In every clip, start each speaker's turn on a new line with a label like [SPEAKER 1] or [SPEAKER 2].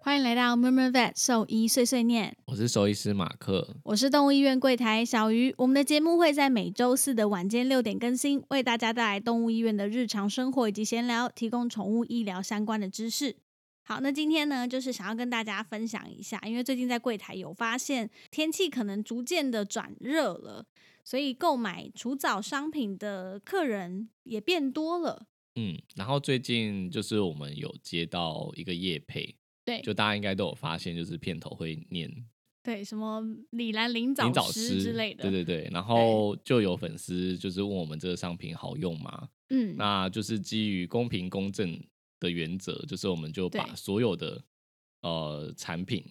[SPEAKER 1] 欢迎来到 Murmur Vet 兽医碎碎念，
[SPEAKER 2] 我是兽医师马克，
[SPEAKER 1] 我是动物医院柜台小鱼。我们的节目会在每周四的晚间六点更新，为大家带来动物医院的日常生活以及闲聊，提供宠物医疗相关的知识。好，那今天呢，就是想要跟大家分享一下，因为最近在柜台有发现天气可能逐渐的转热了，所以购买除藻商品的客人也变多了。
[SPEAKER 2] 嗯，然后最近就是我们有接到一个业配，
[SPEAKER 1] 对
[SPEAKER 2] 就大家应该都有发现，就是片头会念
[SPEAKER 1] 对，什么李兰林
[SPEAKER 2] 林
[SPEAKER 1] 藻
[SPEAKER 2] 早
[SPEAKER 1] 师
[SPEAKER 2] 师
[SPEAKER 1] 之类的，
[SPEAKER 2] 对对对。然后就有粉丝就是问我们这个商品好用吗？
[SPEAKER 1] 嗯，
[SPEAKER 2] 那就是基于公平公正的原则，就是我们就把
[SPEAKER 1] 对
[SPEAKER 2] 所有的呃产品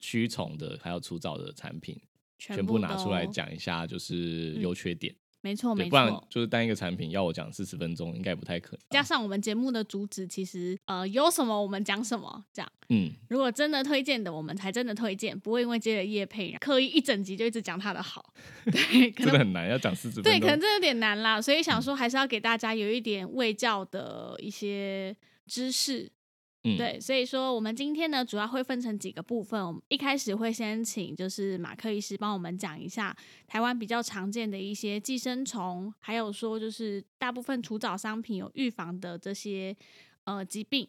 [SPEAKER 2] 驱虫的还有除蚤的产品全部拿出来
[SPEAKER 1] 都，
[SPEAKER 2] 讲一下，就是
[SPEAKER 1] 嗯
[SPEAKER 2] 优缺点。
[SPEAKER 1] 没错
[SPEAKER 2] 对，
[SPEAKER 1] 没
[SPEAKER 2] 不然
[SPEAKER 1] 错。
[SPEAKER 2] 就是单一个产品要我讲四十分钟，应该不太可
[SPEAKER 1] 加
[SPEAKER 2] 能。
[SPEAKER 1] 上我们节目的主旨，其实呃有什么我们讲什么，这样。
[SPEAKER 2] 嗯，
[SPEAKER 1] 如果真的推荐的，我们才真的推荐，不会因为接了叶配刻意一整集就一直讲它的好。 对，可
[SPEAKER 2] 真的
[SPEAKER 1] 能
[SPEAKER 2] 很难，嗯要讲四十
[SPEAKER 1] 对，
[SPEAKER 2] 分
[SPEAKER 1] 可能
[SPEAKER 2] 钟。
[SPEAKER 1] 这有点难啦，所以想说还是要给大家有一点卫教的一些知识。
[SPEAKER 2] 嗯，
[SPEAKER 1] 对，所以说我们今天呢，主要会分成几个部分。我们一开始会先请就是马克医师帮我们讲一下台湾比较常见的一些寄生虫，还有说就是大部分除藻商品有预防的这些呃疾病。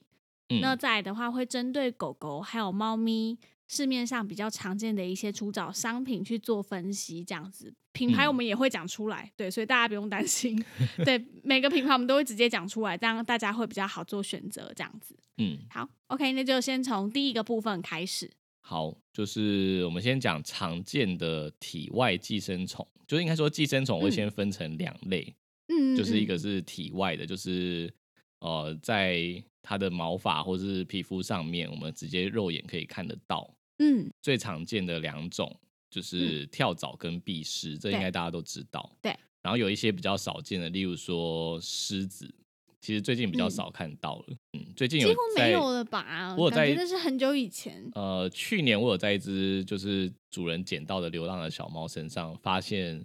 [SPEAKER 2] 嗯，
[SPEAKER 1] 那再来的话，会针对狗狗还有猫咪市面上比较常见的一些除藻商品去做分析，这样子品牌
[SPEAKER 2] 嗯
[SPEAKER 1] 我们也会讲出来，对，所以大家不用担心， 对每个品牌我们都会直接讲出来，这样大家会比较好做选择，这样子。
[SPEAKER 2] 嗯，
[SPEAKER 1] 好，OK，那就先从第一个部分开始。
[SPEAKER 2] 好，就是我们先讲常见的体外寄生虫，就是应该说寄生虫会
[SPEAKER 1] 嗯
[SPEAKER 2] 先分成两类，
[SPEAKER 1] 嗯，
[SPEAKER 2] 就是一
[SPEAKER 1] 嗯
[SPEAKER 2] 个是体外的，就是呃，在它的毛发或是皮肤上面，我们直接肉眼可以看得到。
[SPEAKER 1] 嗯，
[SPEAKER 2] 最常见的两种就是跳蚤跟蜱虱，这应
[SPEAKER 1] 对
[SPEAKER 2] 该大家都知道。
[SPEAKER 1] 对。
[SPEAKER 2] 然后有一些比较少见的，例如说狮子，其实最近比较
[SPEAKER 1] 嗯
[SPEAKER 2] 少看到了。嗯，最近
[SPEAKER 1] 几
[SPEAKER 2] 有
[SPEAKER 1] 乎没
[SPEAKER 2] 在
[SPEAKER 1] 有了吧？
[SPEAKER 2] 我有
[SPEAKER 1] 感觉
[SPEAKER 2] 在
[SPEAKER 1] 那是很久以前。
[SPEAKER 2] 呃，去年我有在一只就是主人捡到的流浪的小猫身上发现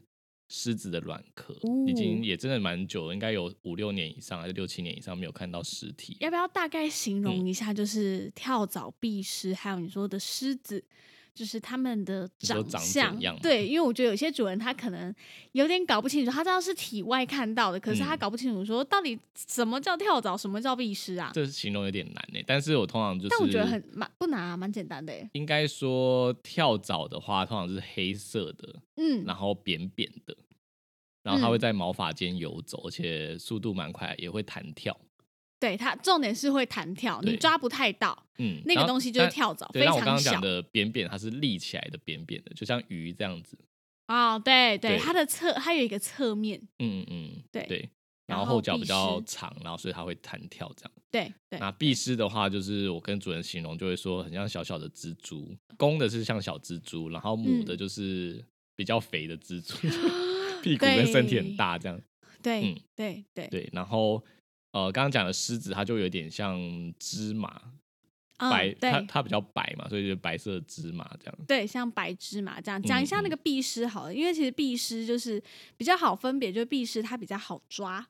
[SPEAKER 2] 狮子的卵壳，
[SPEAKER 1] 哦
[SPEAKER 2] 已经也真的蛮久了，应该有五六年以上还是六七年以上没有看到尸体。
[SPEAKER 1] 要不要大概形
[SPEAKER 2] 嗯
[SPEAKER 1] 容一下，就是跳蚤、壁狮，还有你说的狮子，就是它们的
[SPEAKER 2] 你说
[SPEAKER 1] 长
[SPEAKER 2] 长怎
[SPEAKER 1] 相？
[SPEAKER 2] 样吗
[SPEAKER 1] 对，因为我觉得有些主人他可能有点搞不清楚，他知道是体外看到的，可是他
[SPEAKER 2] 嗯
[SPEAKER 1] 搞不清楚说到底什么叫跳蚤，什么叫壁狮啊？
[SPEAKER 2] 这形容有点难呢、欸但是我通常就是，
[SPEAKER 1] 但我觉得很蛮不难啊，蛮简单的耶。
[SPEAKER 2] 应该说跳蚤的话，通常是黑色的，
[SPEAKER 1] 嗯，
[SPEAKER 2] 然后扁扁的，然后它
[SPEAKER 1] 嗯
[SPEAKER 2] 会在毛发间游走，而且速度蛮快，也会弹跳。
[SPEAKER 1] 对，它重点是会弹跳，你
[SPEAKER 2] 对
[SPEAKER 1] 抓不太到
[SPEAKER 2] 嗯，
[SPEAKER 1] 那
[SPEAKER 2] 然
[SPEAKER 1] 个
[SPEAKER 2] 后
[SPEAKER 1] 东西，就是
[SPEAKER 2] 但
[SPEAKER 1] 跳蚤，
[SPEAKER 2] 对，
[SPEAKER 1] 非
[SPEAKER 2] 像我
[SPEAKER 1] 常
[SPEAKER 2] 刚刚
[SPEAKER 1] 小
[SPEAKER 2] 讲的扁扁，它是立起来的扁扁的，就像鱼这样子。
[SPEAKER 1] 啊、对对，
[SPEAKER 2] 对
[SPEAKER 1] 它的侧它有一个侧面，
[SPEAKER 2] 嗯嗯，嗯，
[SPEAKER 1] 对
[SPEAKER 2] 对，
[SPEAKER 1] 然
[SPEAKER 2] 然后
[SPEAKER 1] 后
[SPEAKER 2] 后脚
[SPEAKER 1] 壁
[SPEAKER 2] 比较
[SPEAKER 1] 狮
[SPEAKER 2] 长，然后所以它会弹跳这样。
[SPEAKER 1] 对对，
[SPEAKER 2] 那壁狮的话，就是我跟主人形容就会说很像小小的蜘蛛，公的是像小蜘蛛，然后母的
[SPEAKER 1] 嗯
[SPEAKER 2] 就是比较肥的蜘蛛， 屁股跟身体很大这样。
[SPEAKER 1] 对、
[SPEAKER 2] 嗯
[SPEAKER 1] 对对
[SPEAKER 2] 对，然后呃，刚刚讲的狮子，它就有点像芝麻，
[SPEAKER 1] 嗯
[SPEAKER 2] 白，它
[SPEAKER 1] 对
[SPEAKER 2] 它比较白嘛，所以就白色的芝麻这样。
[SPEAKER 1] 对，像白芝麻这样
[SPEAKER 2] 嗯
[SPEAKER 1] 讲一下那个壁虱好了，因为其实壁虱就是比较好分别，就是壁虱它比较好抓，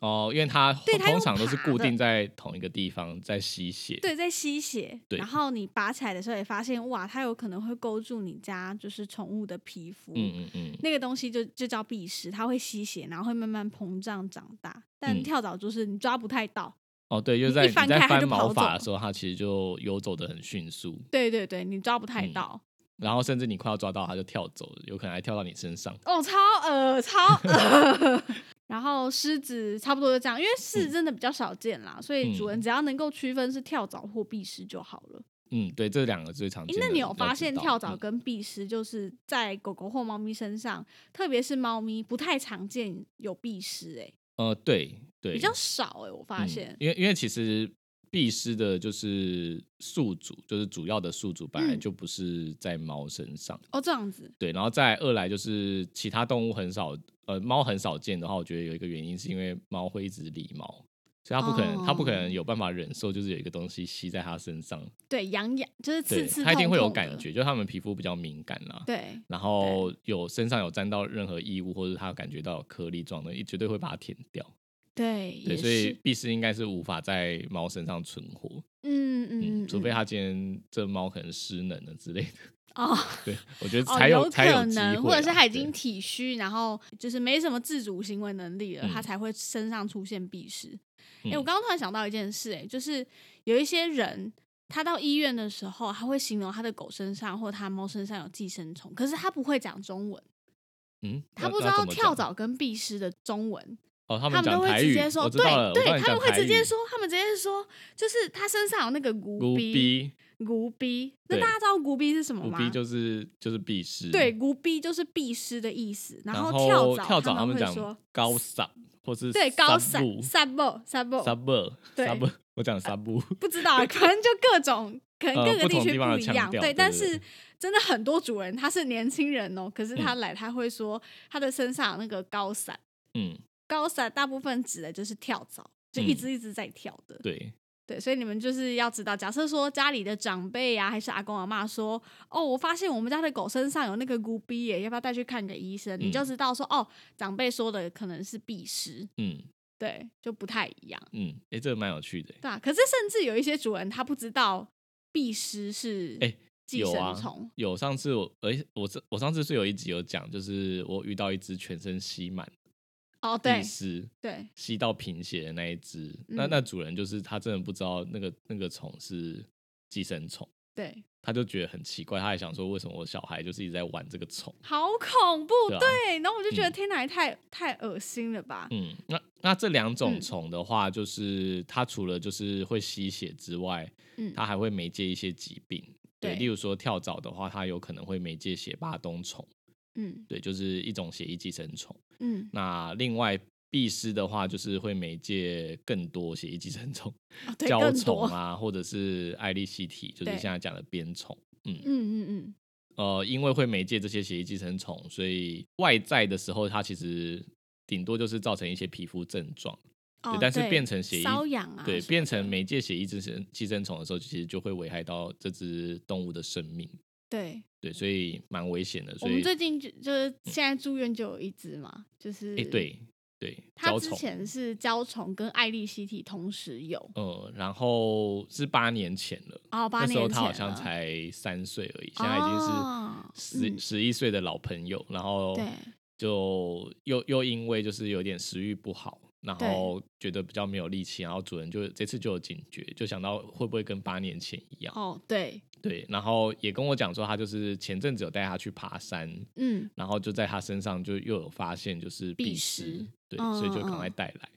[SPEAKER 2] 哦，因为它
[SPEAKER 1] 对它
[SPEAKER 2] 通
[SPEAKER 1] 用
[SPEAKER 2] 常都是
[SPEAKER 1] 爬
[SPEAKER 2] 固
[SPEAKER 1] 的
[SPEAKER 2] 定在同一个地方在吸血。
[SPEAKER 1] 对，在吸血，
[SPEAKER 2] 对
[SPEAKER 1] 然后你拔起来的时候也发现哇，它有可能会勾住你家就是宠物的皮肤，
[SPEAKER 2] 嗯嗯嗯，
[SPEAKER 1] 那个东西就就叫壁虱，它会吸血，然后会慢慢膨胀长大，但
[SPEAKER 2] 嗯
[SPEAKER 1] 跳蚤就是你抓不太到，
[SPEAKER 2] 哦，对，就
[SPEAKER 1] 你
[SPEAKER 2] 是
[SPEAKER 1] 一
[SPEAKER 2] 在你
[SPEAKER 1] 翻
[SPEAKER 2] 在
[SPEAKER 1] 开它
[SPEAKER 2] 翻
[SPEAKER 1] 就跑
[SPEAKER 2] 毛
[SPEAKER 1] 走
[SPEAKER 2] 发
[SPEAKER 1] 了
[SPEAKER 2] 的时候，它其实就游走的很迅速，
[SPEAKER 1] 对对对，你抓不太
[SPEAKER 2] 嗯
[SPEAKER 1] 到。
[SPEAKER 2] 然后甚至你快要抓到它就跳走了，有可能还跳到你身上。
[SPEAKER 1] 哦，超恶，超恶。 然后狮子差不多就这样，
[SPEAKER 2] 嗯
[SPEAKER 1] 因为狮子真的比较少见啦，所以主人只要能够区分是跳蚤或壁虱就好了。
[SPEAKER 2] 嗯，对，这两个最常见
[SPEAKER 1] 诶
[SPEAKER 2] 的
[SPEAKER 1] 那
[SPEAKER 2] 要知道。
[SPEAKER 1] 你有发现跳蚤
[SPEAKER 2] 嗯
[SPEAKER 1] 跟蜱虱就是在狗狗或猫咪身上，特别是猫咪不太常见有蜱虱，哎，
[SPEAKER 2] 呃，对对，
[SPEAKER 1] 比较少哎、我发
[SPEAKER 2] 嗯
[SPEAKER 1] 现。
[SPEAKER 2] 因为因为其实蜱虱的就是宿主，就是主要的宿主本来
[SPEAKER 1] 嗯
[SPEAKER 2] 就不是在猫身上，
[SPEAKER 1] 哦，这样子，
[SPEAKER 2] 对，然后再二来就是其他动物很少，呃，猫很少见的话，我觉得有一个原因是因为猫会一直理毛，所以它不可能，它不可
[SPEAKER 1] 哦
[SPEAKER 2] 能有办法忍受，就是有一个东西吸在它身上，
[SPEAKER 1] 对，痒痒就是
[SPEAKER 2] 对
[SPEAKER 1] 刺，刺痛痛，
[SPEAKER 2] 它一定会有感。觉，就是它们皮肤比较敏感啦、
[SPEAKER 1] 对，
[SPEAKER 2] 然后有身上有沾到任何异物，或者它感觉到有颗粒状的，也绝对会把它舔掉。
[SPEAKER 1] 对，也
[SPEAKER 2] 对，所以
[SPEAKER 1] 是，
[SPEAKER 2] 必虱应该是无法在猫身上存活，
[SPEAKER 1] 嗯嗯
[SPEAKER 2] 嗯，
[SPEAKER 1] 嗯，
[SPEAKER 2] 除非
[SPEAKER 1] 嗯
[SPEAKER 2] 它今天这猫可能失能了之类的，
[SPEAKER 1] 哦
[SPEAKER 2] 对我觉得
[SPEAKER 1] 哦
[SPEAKER 2] 才有、才有
[SPEAKER 1] 可
[SPEAKER 2] 机会啦，啊
[SPEAKER 1] 能，或者是它已经
[SPEAKER 2] 对
[SPEAKER 1] 体虚，然后就是没什么自主行为能力了，它
[SPEAKER 2] 嗯
[SPEAKER 1] 才会身上出现鄙视。哎、我
[SPEAKER 2] 嗯
[SPEAKER 1] 刚刚突然想到一件事、哎，就是有一些人。他到医院的时候，他会形容他的狗身上或他猫身上有寄生虫，可是他不会讲中文，
[SPEAKER 2] 嗯，
[SPEAKER 1] 他不知
[SPEAKER 2] 那那
[SPEAKER 1] 道
[SPEAKER 2] 怎么讲
[SPEAKER 1] 跳蚤跟蜱虱的中文，
[SPEAKER 2] 哦，
[SPEAKER 1] 他
[SPEAKER 2] 他们
[SPEAKER 1] 们
[SPEAKER 2] 讲
[SPEAKER 1] 都会
[SPEAKER 2] 台
[SPEAKER 1] 直
[SPEAKER 2] 语
[SPEAKER 1] 接说，
[SPEAKER 2] 我知道
[SPEAKER 1] 对
[SPEAKER 2] 了，我知
[SPEAKER 1] 对，
[SPEAKER 2] 道你
[SPEAKER 1] 他
[SPEAKER 2] 讲
[SPEAKER 1] 们会
[SPEAKER 2] 台
[SPEAKER 1] 直接
[SPEAKER 2] 语
[SPEAKER 1] 说，他们直接说，就是他身上有那个
[SPEAKER 2] 古
[SPEAKER 1] 骨逼，
[SPEAKER 2] 逼，
[SPEAKER 1] 骨逼。那
[SPEAKER 2] 对
[SPEAKER 1] 大家知道骨逼是什么
[SPEAKER 2] 古
[SPEAKER 1] 吗？
[SPEAKER 2] 逼就是就是鄙视，
[SPEAKER 1] 对，，骨逼就是必虱的意思。然
[SPEAKER 2] 然
[SPEAKER 1] 跳
[SPEAKER 2] 后
[SPEAKER 1] 蚤，
[SPEAKER 2] 跳蚤
[SPEAKER 1] 他
[SPEAKER 2] 们
[SPEAKER 1] 会
[SPEAKER 2] 讲
[SPEAKER 1] 说，
[SPEAKER 2] 高撒或是
[SPEAKER 1] 对，高
[SPEAKER 2] 撒
[SPEAKER 1] 散散
[SPEAKER 2] 布
[SPEAKER 1] 步散步，
[SPEAKER 2] 撒布
[SPEAKER 1] 哦对啊
[SPEAKER 2] 撒布，我讲撒布，
[SPEAKER 1] 不知道，可能就各种，可能
[SPEAKER 2] 呃
[SPEAKER 1] 各个
[SPEAKER 2] 不
[SPEAKER 1] 地
[SPEAKER 2] 同
[SPEAKER 1] 区
[SPEAKER 2] 地方的
[SPEAKER 1] 一
[SPEAKER 2] 腔
[SPEAKER 1] 样。
[SPEAKER 2] 调
[SPEAKER 1] 对，
[SPEAKER 2] 对
[SPEAKER 1] 但
[SPEAKER 2] 对对
[SPEAKER 1] 是真的很多主人他是年轻人哦，可是他来他会说他的身上有那个高散，
[SPEAKER 2] 嗯，
[SPEAKER 1] 高散大部分指的就是跳蚤，就一
[SPEAKER 2] 嗯
[SPEAKER 1] 只一只在跳的。
[SPEAKER 2] 对，
[SPEAKER 1] 对，所以你们就是要知道，假设说家里的长辈啊，还是阿公阿妈说，哦，我发现我们家的狗身上有那个骨逼耶，要不要带去看个医生？你就
[SPEAKER 2] 嗯
[SPEAKER 1] 知道说，哦，长辈说的可能是必虱，
[SPEAKER 2] 嗯
[SPEAKER 1] 对，就不太一样，
[SPEAKER 2] 嗯，哎，这个蛮有趣的，
[SPEAKER 1] 对啊。可是甚至有一些主人他不知道必虱是
[SPEAKER 2] 哎
[SPEAKER 1] 寄
[SPEAKER 2] 有
[SPEAKER 1] 生
[SPEAKER 2] 啊
[SPEAKER 1] 虫，
[SPEAKER 2] 有上次我哎，我这我上次是有一集有讲，就是我遇到一只全身吸满
[SPEAKER 1] 哦，对
[SPEAKER 2] 地虱，
[SPEAKER 1] 对，
[SPEAKER 2] 吸到贫血的那一只，那
[SPEAKER 1] 嗯
[SPEAKER 2] 那主人就是他真的不知道那个那个虫是寄生虫。
[SPEAKER 1] 对，
[SPEAKER 2] 他就觉得很奇怪，他还想说为什么我小孩就是一直在玩这个虫。
[SPEAKER 1] 好恐怖，
[SPEAKER 2] 对啊
[SPEAKER 1] 对。然后我就觉得
[SPEAKER 2] 嗯
[SPEAKER 1] 天哪，也太太恶心了吧？
[SPEAKER 2] 嗯，那那这两种
[SPEAKER 1] 嗯
[SPEAKER 2] 虫的话，就是它除了就是会吸血之外，
[SPEAKER 1] 嗯，
[SPEAKER 2] 它还会媒介一些疾病。对，
[SPEAKER 1] 对
[SPEAKER 2] 例如说跳蚤的话，它有可能会媒介血霸冬虫，
[SPEAKER 1] 嗯
[SPEAKER 2] 对，就是一种血液寄生虫。
[SPEAKER 1] 嗯，
[SPEAKER 2] 那另外蜱虱的话，就是会媒介更多血液寄生虫，
[SPEAKER 1] 哦 对，
[SPEAKER 2] 焦
[SPEAKER 1] 更
[SPEAKER 2] 虫
[SPEAKER 1] 多，
[SPEAKER 2] 啊，或者是爱丽西体，就是
[SPEAKER 1] 对
[SPEAKER 2] 现在讲的鞭虫。嗯，
[SPEAKER 1] 嗯嗯嗯，
[SPEAKER 2] 呃，因为会媒介这些血液寄生虫，所以外在的时候，它其实顶多就是造成一些皮肤症状，
[SPEAKER 1] 哦
[SPEAKER 2] 对，，但是
[SPEAKER 1] 对
[SPEAKER 2] 变成血液
[SPEAKER 1] 瘙痒啊，
[SPEAKER 2] 对，变成媒介血液寄生寄生虫的时候，其实就会危害到这只动物的生命，
[SPEAKER 1] 对。
[SPEAKER 2] 对，所以蛮危险的。
[SPEAKER 1] 我
[SPEAKER 2] 所
[SPEAKER 1] 们
[SPEAKER 2] 以，
[SPEAKER 1] 最近就就是现在住院就有一只嘛，就是
[SPEAKER 2] 哎、，对对，
[SPEAKER 1] 它
[SPEAKER 2] 焦
[SPEAKER 1] 之
[SPEAKER 2] 虫，
[SPEAKER 1] 前是焦虫跟艾利希体同时有，
[SPEAKER 2] 呃，然后是八年前了，
[SPEAKER 1] 哦，八
[SPEAKER 2] 那时候
[SPEAKER 1] 年前
[SPEAKER 2] 它好像
[SPEAKER 1] 了
[SPEAKER 2] 才三岁而已，现在已经
[SPEAKER 1] 哦
[SPEAKER 2] 是
[SPEAKER 1] 嗯
[SPEAKER 2] 十十一岁的老朋友，然后
[SPEAKER 1] 对
[SPEAKER 2] 就又又因为就是有点食欲不好，然
[SPEAKER 1] 对
[SPEAKER 2] 后觉得比较没有力气，然后主人就这次就有警觉，就想到会不会跟八年前一样，
[SPEAKER 1] 哦，对，
[SPEAKER 2] 对，然后也跟我讲说他就是前阵子有带他去爬山，
[SPEAKER 1] 嗯，
[SPEAKER 2] 然后就在他身上就又有发现就是
[SPEAKER 1] 蜱
[SPEAKER 2] 蜱
[SPEAKER 1] 虱
[SPEAKER 2] 虱，对，
[SPEAKER 1] 嗯
[SPEAKER 2] 所以就赶
[SPEAKER 1] 嗯
[SPEAKER 2] 快
[SPEAKER 1] 嗯
[SPEAKER 2] 带来，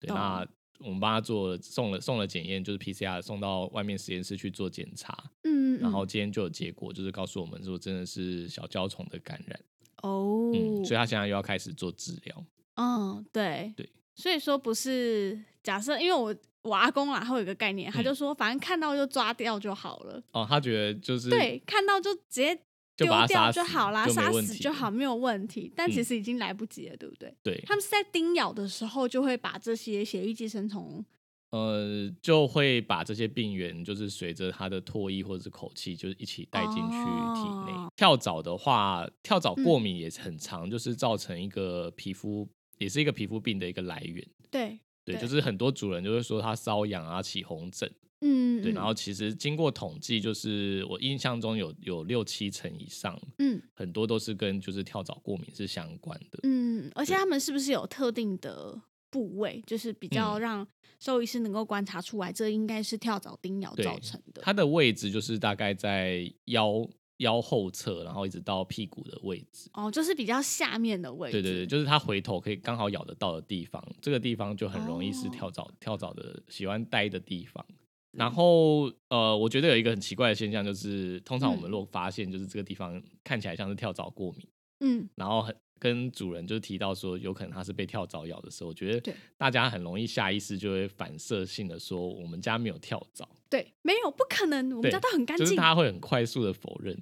[SPEAKER 2] 对，
[SPEAKER 1] 懂
[SPEAKER 2] 那。我们帮他做送了送了检验，就是 PCR 送到外面实验室去做检查，
[SPEAKER 1] 嗯，嗯
[SPEAKER 2] 然后今天就有结果，就是告诉我们说真的是小焦虫的感染，
[SPEAKER 1] 哦，
[SPEAKER 2] 嗯，所以他现在又要开始做治疗，
[SPEAKER 1] 嗯，对
[SPEAKER 2] 对，
[SPEAKER 1] 所以说不是假设，因为我我阿公啦，他会有一个概念，他
[SPEAKER 2] 嗯
[SPEAKER 1] 就说反正看到就抓掉就好了，
[SPEAKER 2] 哦，他觉得就是
[SPEAKER 1] 对，看到就直接
[SPEAKER 2] 就
[SPEAKER 1] 丢
[SPEAKER 2] 把它
[SPEAKER 1] 掉
[SPEAKER 2] 杀
[SPEAKER 1] 就
[SPEAKER 2] 死
[SPEAKER 1] 好啦，
[SPEAKER 2] 就没
[SPEAKER 1] 杀
[SPEAKER 2] 问
[SPEAKER 1] 死
[SPEAKER 2] 题
[SPEAKER 1] 就
[SPEAKER 2] 了
[SPEAKER 1] 好，没有问题。但其
[SPEAKER 2] 嗯
[SPEAKER 1] 实已经来不及了，对不对？
[SPEAKER 2] 对，
[SPEAKER 1] 他们是在叮咬的时候就会把这些血液寄生虫，
[SPEAKER 2] 呃，就会把这些病源就是随着它的唾液或者是口气，就是一起带进去体内。
[SPEAKER 1] 哦嗯
[SPEAKER 2] 跳蚤的话，跳蚤过敏也很常，就是造成一个皮肤，也是一个皮肤病的一个来源。
[SPEAKER 1] 对，
[SPEAKER 2] 对，
[SPEAKER 1] 对
[SPEAKER 2] 就是很多主人就会说它瘙痒啊、起红疹，
[SPEAKER 1] 嗯，
[SPEAKER 2] 对。
[SPEAKER 1] 嗯
[SPEAKER 2] 然后其实经过统计，就是我印象中有有六七成以上，
[SPEAKER 1] 嗯
[SPEAKER 2] 很多都是跟就是跳蚤过敏是相关的。
[SPEAKER 1] 嗯，而且他们是不是有特定的部位，就是比较
[SPEAKER 2] 嗯
[SPEAKER 1] 让兽医师能够观察出来，这应该是跳蚤叮咬
[SPEAKER 2] 对
[SPEAKER 1] 造成的？
[SPEAKER 2] 它的位置就是大概在腰腰后侧，然后一直到屁股的位置。
[SPEAKER 1] 哦，就是比较下面的位置，
[SPEAKER 2] 对对对，就是它回头可以刚好咬得到的地方，这个地方就很容易是
[SPEAKER 1] 哦嗯
[SPEAKER 2] 跳蚤、跳蚤的喜欢待的地方。然后呃，我觉得有一个很奇怪的现象，就是通常我
[SPEAKER 1] 嗯
[SPEAKER 2] 们如果发现就是这个地方看起来像是跳蚤过敏，
[SPEAKER 3] 嗯，
[SPEAKER 2] 然后很跟主人就提到说有可能它是被跳蚤咬的时候，我觉
[SPEAKER 1] 对
[SPEAKER 2] 得大家很容易下意识就会反射性的说我们家没有跳蚤，
[SPEAKER 1] 对，没有不可能，我们
[SPEAKER 2] 对
[SPEAKER 1] 家都很干
[SPEAKER 2] 就是
[SPEAKER 1] 净。
[SPEAKER 2] 他会很快速的否认，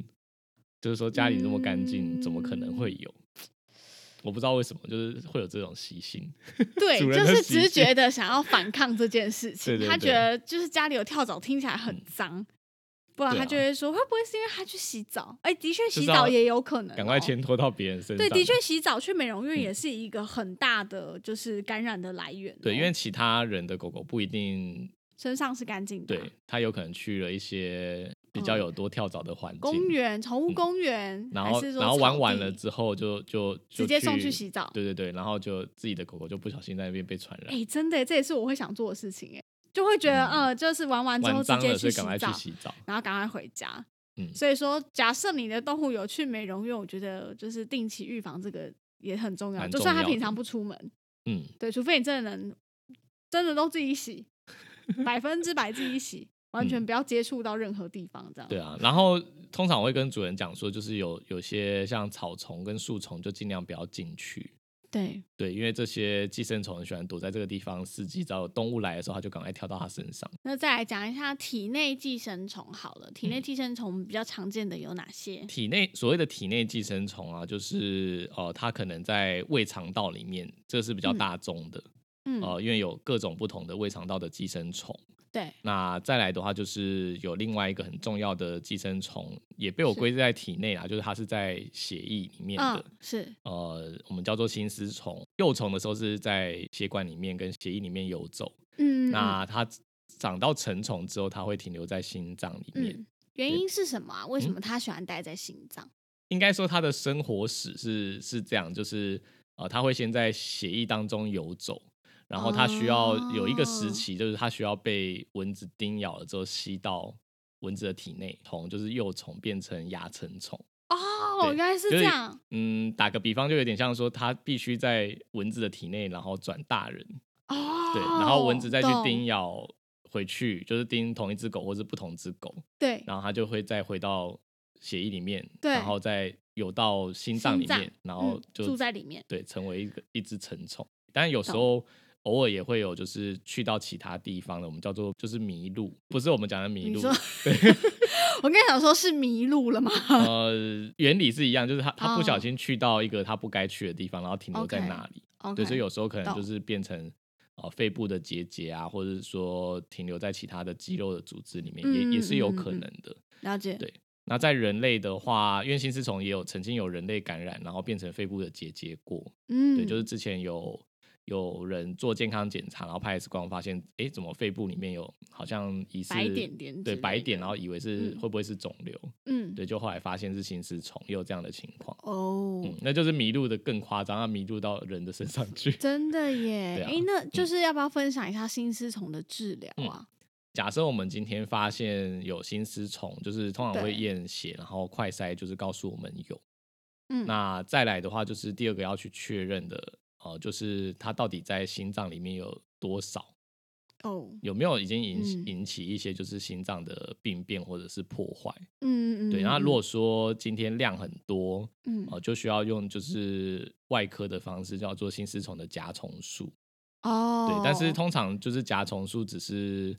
[SPEAKER 2] 就是说家里那么干净，怎么可能
[SPEAKER 1] 嗯
[SPEAKER 2] 会有？我不知道为什么，就是会有这种习性。
[SPEAKER 1] 对，
[SPEAKER 2] 主人
[SPEAKER 1] 就
[SPEAKER 2] 的
[SPEAKER 1] 是
[SPEAKER 2] 习性
[SPEAKER 1] 直觉的想要反抗这件事情。
[SPEAKER 2] 对对
[SPEAKER 1] 他
[SPEAKER 2] 对
[SPEAKER 1] 觉得就是家里有跳蚤，听起来很脏，不然
[SPEAKER 2] 对啊
[SPEAKER 1] 他就会说、会不会是因为他去洗澡？哎、的确洗
[SPEAKER 2] 就是
[SPEAKER 1] 澡
[SPEAKER 2] 要
[SPEAKER 1] 也有可能、哦
[SPEAKER 2] 赶快。牵拖到别人身上。
[SPEAKER 1] 对，的确，洗澡去美容院
[SPEAKER 2] 嗯
[SPEAKER 1] 也是一个很大的就是感染的来源哦、
[SPEAKER 2] 对，因为其他人的狗狗不一定，
[SPEAKER 1] 身上是干净的啊、
[SPEAKER 2] 对它有可能去了一些比较有多跳蚤的环境，
[SPEAKER 1] 嗯公园、宠物
[SPEAKER 2] 嗯
[SPEAKER 1] 公园，
[SPEAKER 2] 然
[SPEAKER 1] 还
[SPEAKER 2] 后
[SPEAKER 1] 是说
[SPEAKER 2] 然后玩
[SPEAKER 1] 草
[SPEAKER 2] 完
[SPEAKER 1] 地
[SPEAKER 2] 了之后就就就
[SPEAKER 1] 直接送去洗澡
[SPEAKER 2] 对对对，然后就自己的狗狗就不小心在那边被传染
[SPEAKER 1] 哎、，真的耶，这也是我会想做的事情，哎，就会觉得，
[SPEAKER 2] 嗯
[SPEAKER 1] 呃，就是玩完之后
[SPEAKER 2] 玩
[SPEAKER 1] 直
[SPEAKER 2] 脏
[SPEAKER 1] 接
[SPEAKER 2] 了，
[SPEAKER 1] 去
[SPEAKER 2] 所以
[SPEAKER 1] 洗
[SPEAKER 2] 赶快去
[SPEAKER 1] 澡，
[SPEAKER 2] 洗澡。
[SPEAKER 1] 然后赶快回家。
[SPEAKER 2] 嗯
[SPEAKER 1] 所以说，假设你的动物有去美容院，我觉得就是定期预防这个也很重要，
[SPEAKER 2] 蛮
[SPEAKER 1] 就算它
[SPEAKER 2] 重要
[SPEAKER 1] 平
[SPEAKER 2] 的
[SPEAKER 1] 常不出门，
[SPEAKER 2] 嗯，
[SPEAKER 1] 对，除非你真的能真的都自己洗，百分之百自己洗，完全
[SPEAKER 2] 嗯
[SPEAKER 1] 不要接触到任何地方，这样。
[SPEAKER 2] 对啊，然后通常我会跟主人讲说，就是有有些像草丛跟树丛就尽量不要进去，
[SPEAKER 1] 对
[SPEAKER 2] 对，因为这些寄生虫很喜欢躲在这个地方，伺机只要有动物来的时候，它就赶快跳到它身上。
[SPEAKER 1] 那再来讲一下体内寄生虫好了，体内
[SPEAKER 2] 嗯
[SPEAKER 1] 寄生虫比较常见的有哪些？
[SPEAKER 2] 体内所谓的体内寄生虫啊，就是呃，它可能在胃肠道里面，这是比较
[SPEAKER 1] 嗯
[SPEAKER 2] 大众的，
[SPEAKER 1] 嗯，
[SPEAKER 2] 呃，因为有各种不同的胃肠道的寄生虫。
[SPEAKER 1] 对，
[SPEAKER 2] 那再来的话，就是有另外一个很重要的寄生虫，也被我
[SPEAKER 1] 是
[SPEAKER 2] 归类在体内啦，啊就是它是在血液里面的。
[SPEAKER 1] 嗯，是，
[SPEAKER 2] 呃，我们叫做心丝虫。幼虫的时候是在血管里面跟血液里面游走，
[SPEAKER 1] 嗯，嗯
[SPEAKER 2] 那它长到成虫之后，它会停留在心脏里面。
[SPEAKER 1] 嗯，原因是什么啊？为
[SPEAKER 2] 嗯
[SPEAKER 1] 什么他喜欢待在心脏？
[SPEAKER 2] 应该说它的生活史是是这样，就是呃，它会先在血液当中游走。然后它需要
[SPEAKER 1] 哦
[SPEAKER 2] 有一个时期，就是它需要被蚊子叮咬了之后吸到蚊子的体内，虫就是幼虫变成蚜成虫。
[SPEAKER 1] 哦，
[SPEAKER 2] 对
[SPEAKER 1] 原来是
[SPEAKER 2] 就
[SPEAKER 1] 这
[SPEAKER 2] 是
[SPEAKER 1] 样。
[SPEAKER 2] 嗯，打个比方，就有点像说它必须在蚊子的体内，然后转大人。
[SPEAKER 1] 哦，
[SPEAKER 2] 对，然后蚊子再去叮
[SPEAKER 1] 懂，
[SPEAKER 2] 咬回去，就是叮同一只狗或是不同只狗，
[SPEAKER 1] 对，
[SPEAKER 2] 然后它就会再回到血液里面，
[SPEAKER 1] 对
[SPEAKER 2] 然后再游到心脏里
[SPEAKER 1] 心脏
[SPEAKER 2] 面，然后
[SPEAKER 1] 嗯
[SPEAKER 2] 就、
[SPEAKER 1] 住在里面
[SPEAKER 2] 对，成为一个一只成虫。但有时候偶尔也会有，就是去到其他地方的，我们叫做就是迷路，不是我们讲的迷
[SPEAKER 1] 你
[SPEAKER 2] 路，
[SPEAKER 1] 说，我刚才想说是迷路了吗？
[SPEAKER 2] 呃，原理是一样，就是它它不
[SPEAKER 1] 哦
[SPEAKER 2] 小心去到一个它不该去的地方，然后停留在
[SPEAKER 1] OK
[SPEAKER 2] 那里。
[SPEAKER 1] OK，
[SPEAKER 2] 对，所以有时候可能
[SPEAKER 1] 懂
[SPEAKER 2] 就是变成呃肺部的结节啊，或者是说停留在其他的肌肉的组织里面，也也是有
[SPEAKER 1] 嗯嗯嗯
[SPEAKER 2] 可
[SPEAKER 1] 嗯
[SPEAKER 2] 能
[SPEAKER 1] 嗯
[SPEAKER 2] 的。
[SPEAKER 1] 了解，
[SPEAKER 2] 对那在人类的话，因为心丝虫也有曾经有人类感染，然后变成肺部的结节过。
[SPEAKER 1] 嗯，
[SPEAKER 2] 对，就是之前有有人做健康检查，然后拍 X 光发现，哎，怎么肺部里面有好像疑似
[SPEAKER 1] 白点点之
[SPEAKER 2] 对白
[SPEAKER 1] 类
[SPEAKER 2] 点，
[SPEAKER 1] 的
[SPEAKER 2] 然后以为是
[SPEAKER 1] 嗯
[SPEAKER 2] 会不会是肿瘤？
[SPEAKER 1] 嗯，
[SPEAKER 2] 对，就后来发现是心丝虫，也有这样的情况。
[SPEAKER 1] 哦，
[SPEAKER 2] 嗯，那就是迷路的更夸张，要迷路到人的身 上去。
[SPEAKER 1] 真的耶
[SPEAKER 2] 对，啊嗯
[SPEAKER 1] 哎，那就是要不要分享一下心丝虫的治疗啊？
[SPEAKER 2] 假设我们今天发现有心丝虫，就是通常
[SPEAKER 1] 对
[SPEAKER 2] 会验血，然后快筛就是告诉我们有。
[SPEAKER 1] 嗯，
[SPEAKER 2] 那再来的话，就是第二个要去确认的，呃，就是它到底在心脏里面有多少，
[SPEAKER 1] 哦，
[SPEAKER 2] 有没有已经引起、
[SPEAKER 1] 嗯
[SPEAKER 2] 引起一些就是心脏的病变或者是破坏。
[SPEAKER 1] 嗯嗯嗯，
[SPEAKER 2] 对，那
[SPEAKER 1] 嗯
[SPEAKER 2] 如果说今天量很多，
[SPEAKER 1] 嗯
[SPEAKER 2] 呃，就需要用就是外科的方式，叫做心丝虫的夹虫术。
[SPEAKER 1] 哦，
[SPEAKER 2] 呃对，但是通常就是甲虫素只是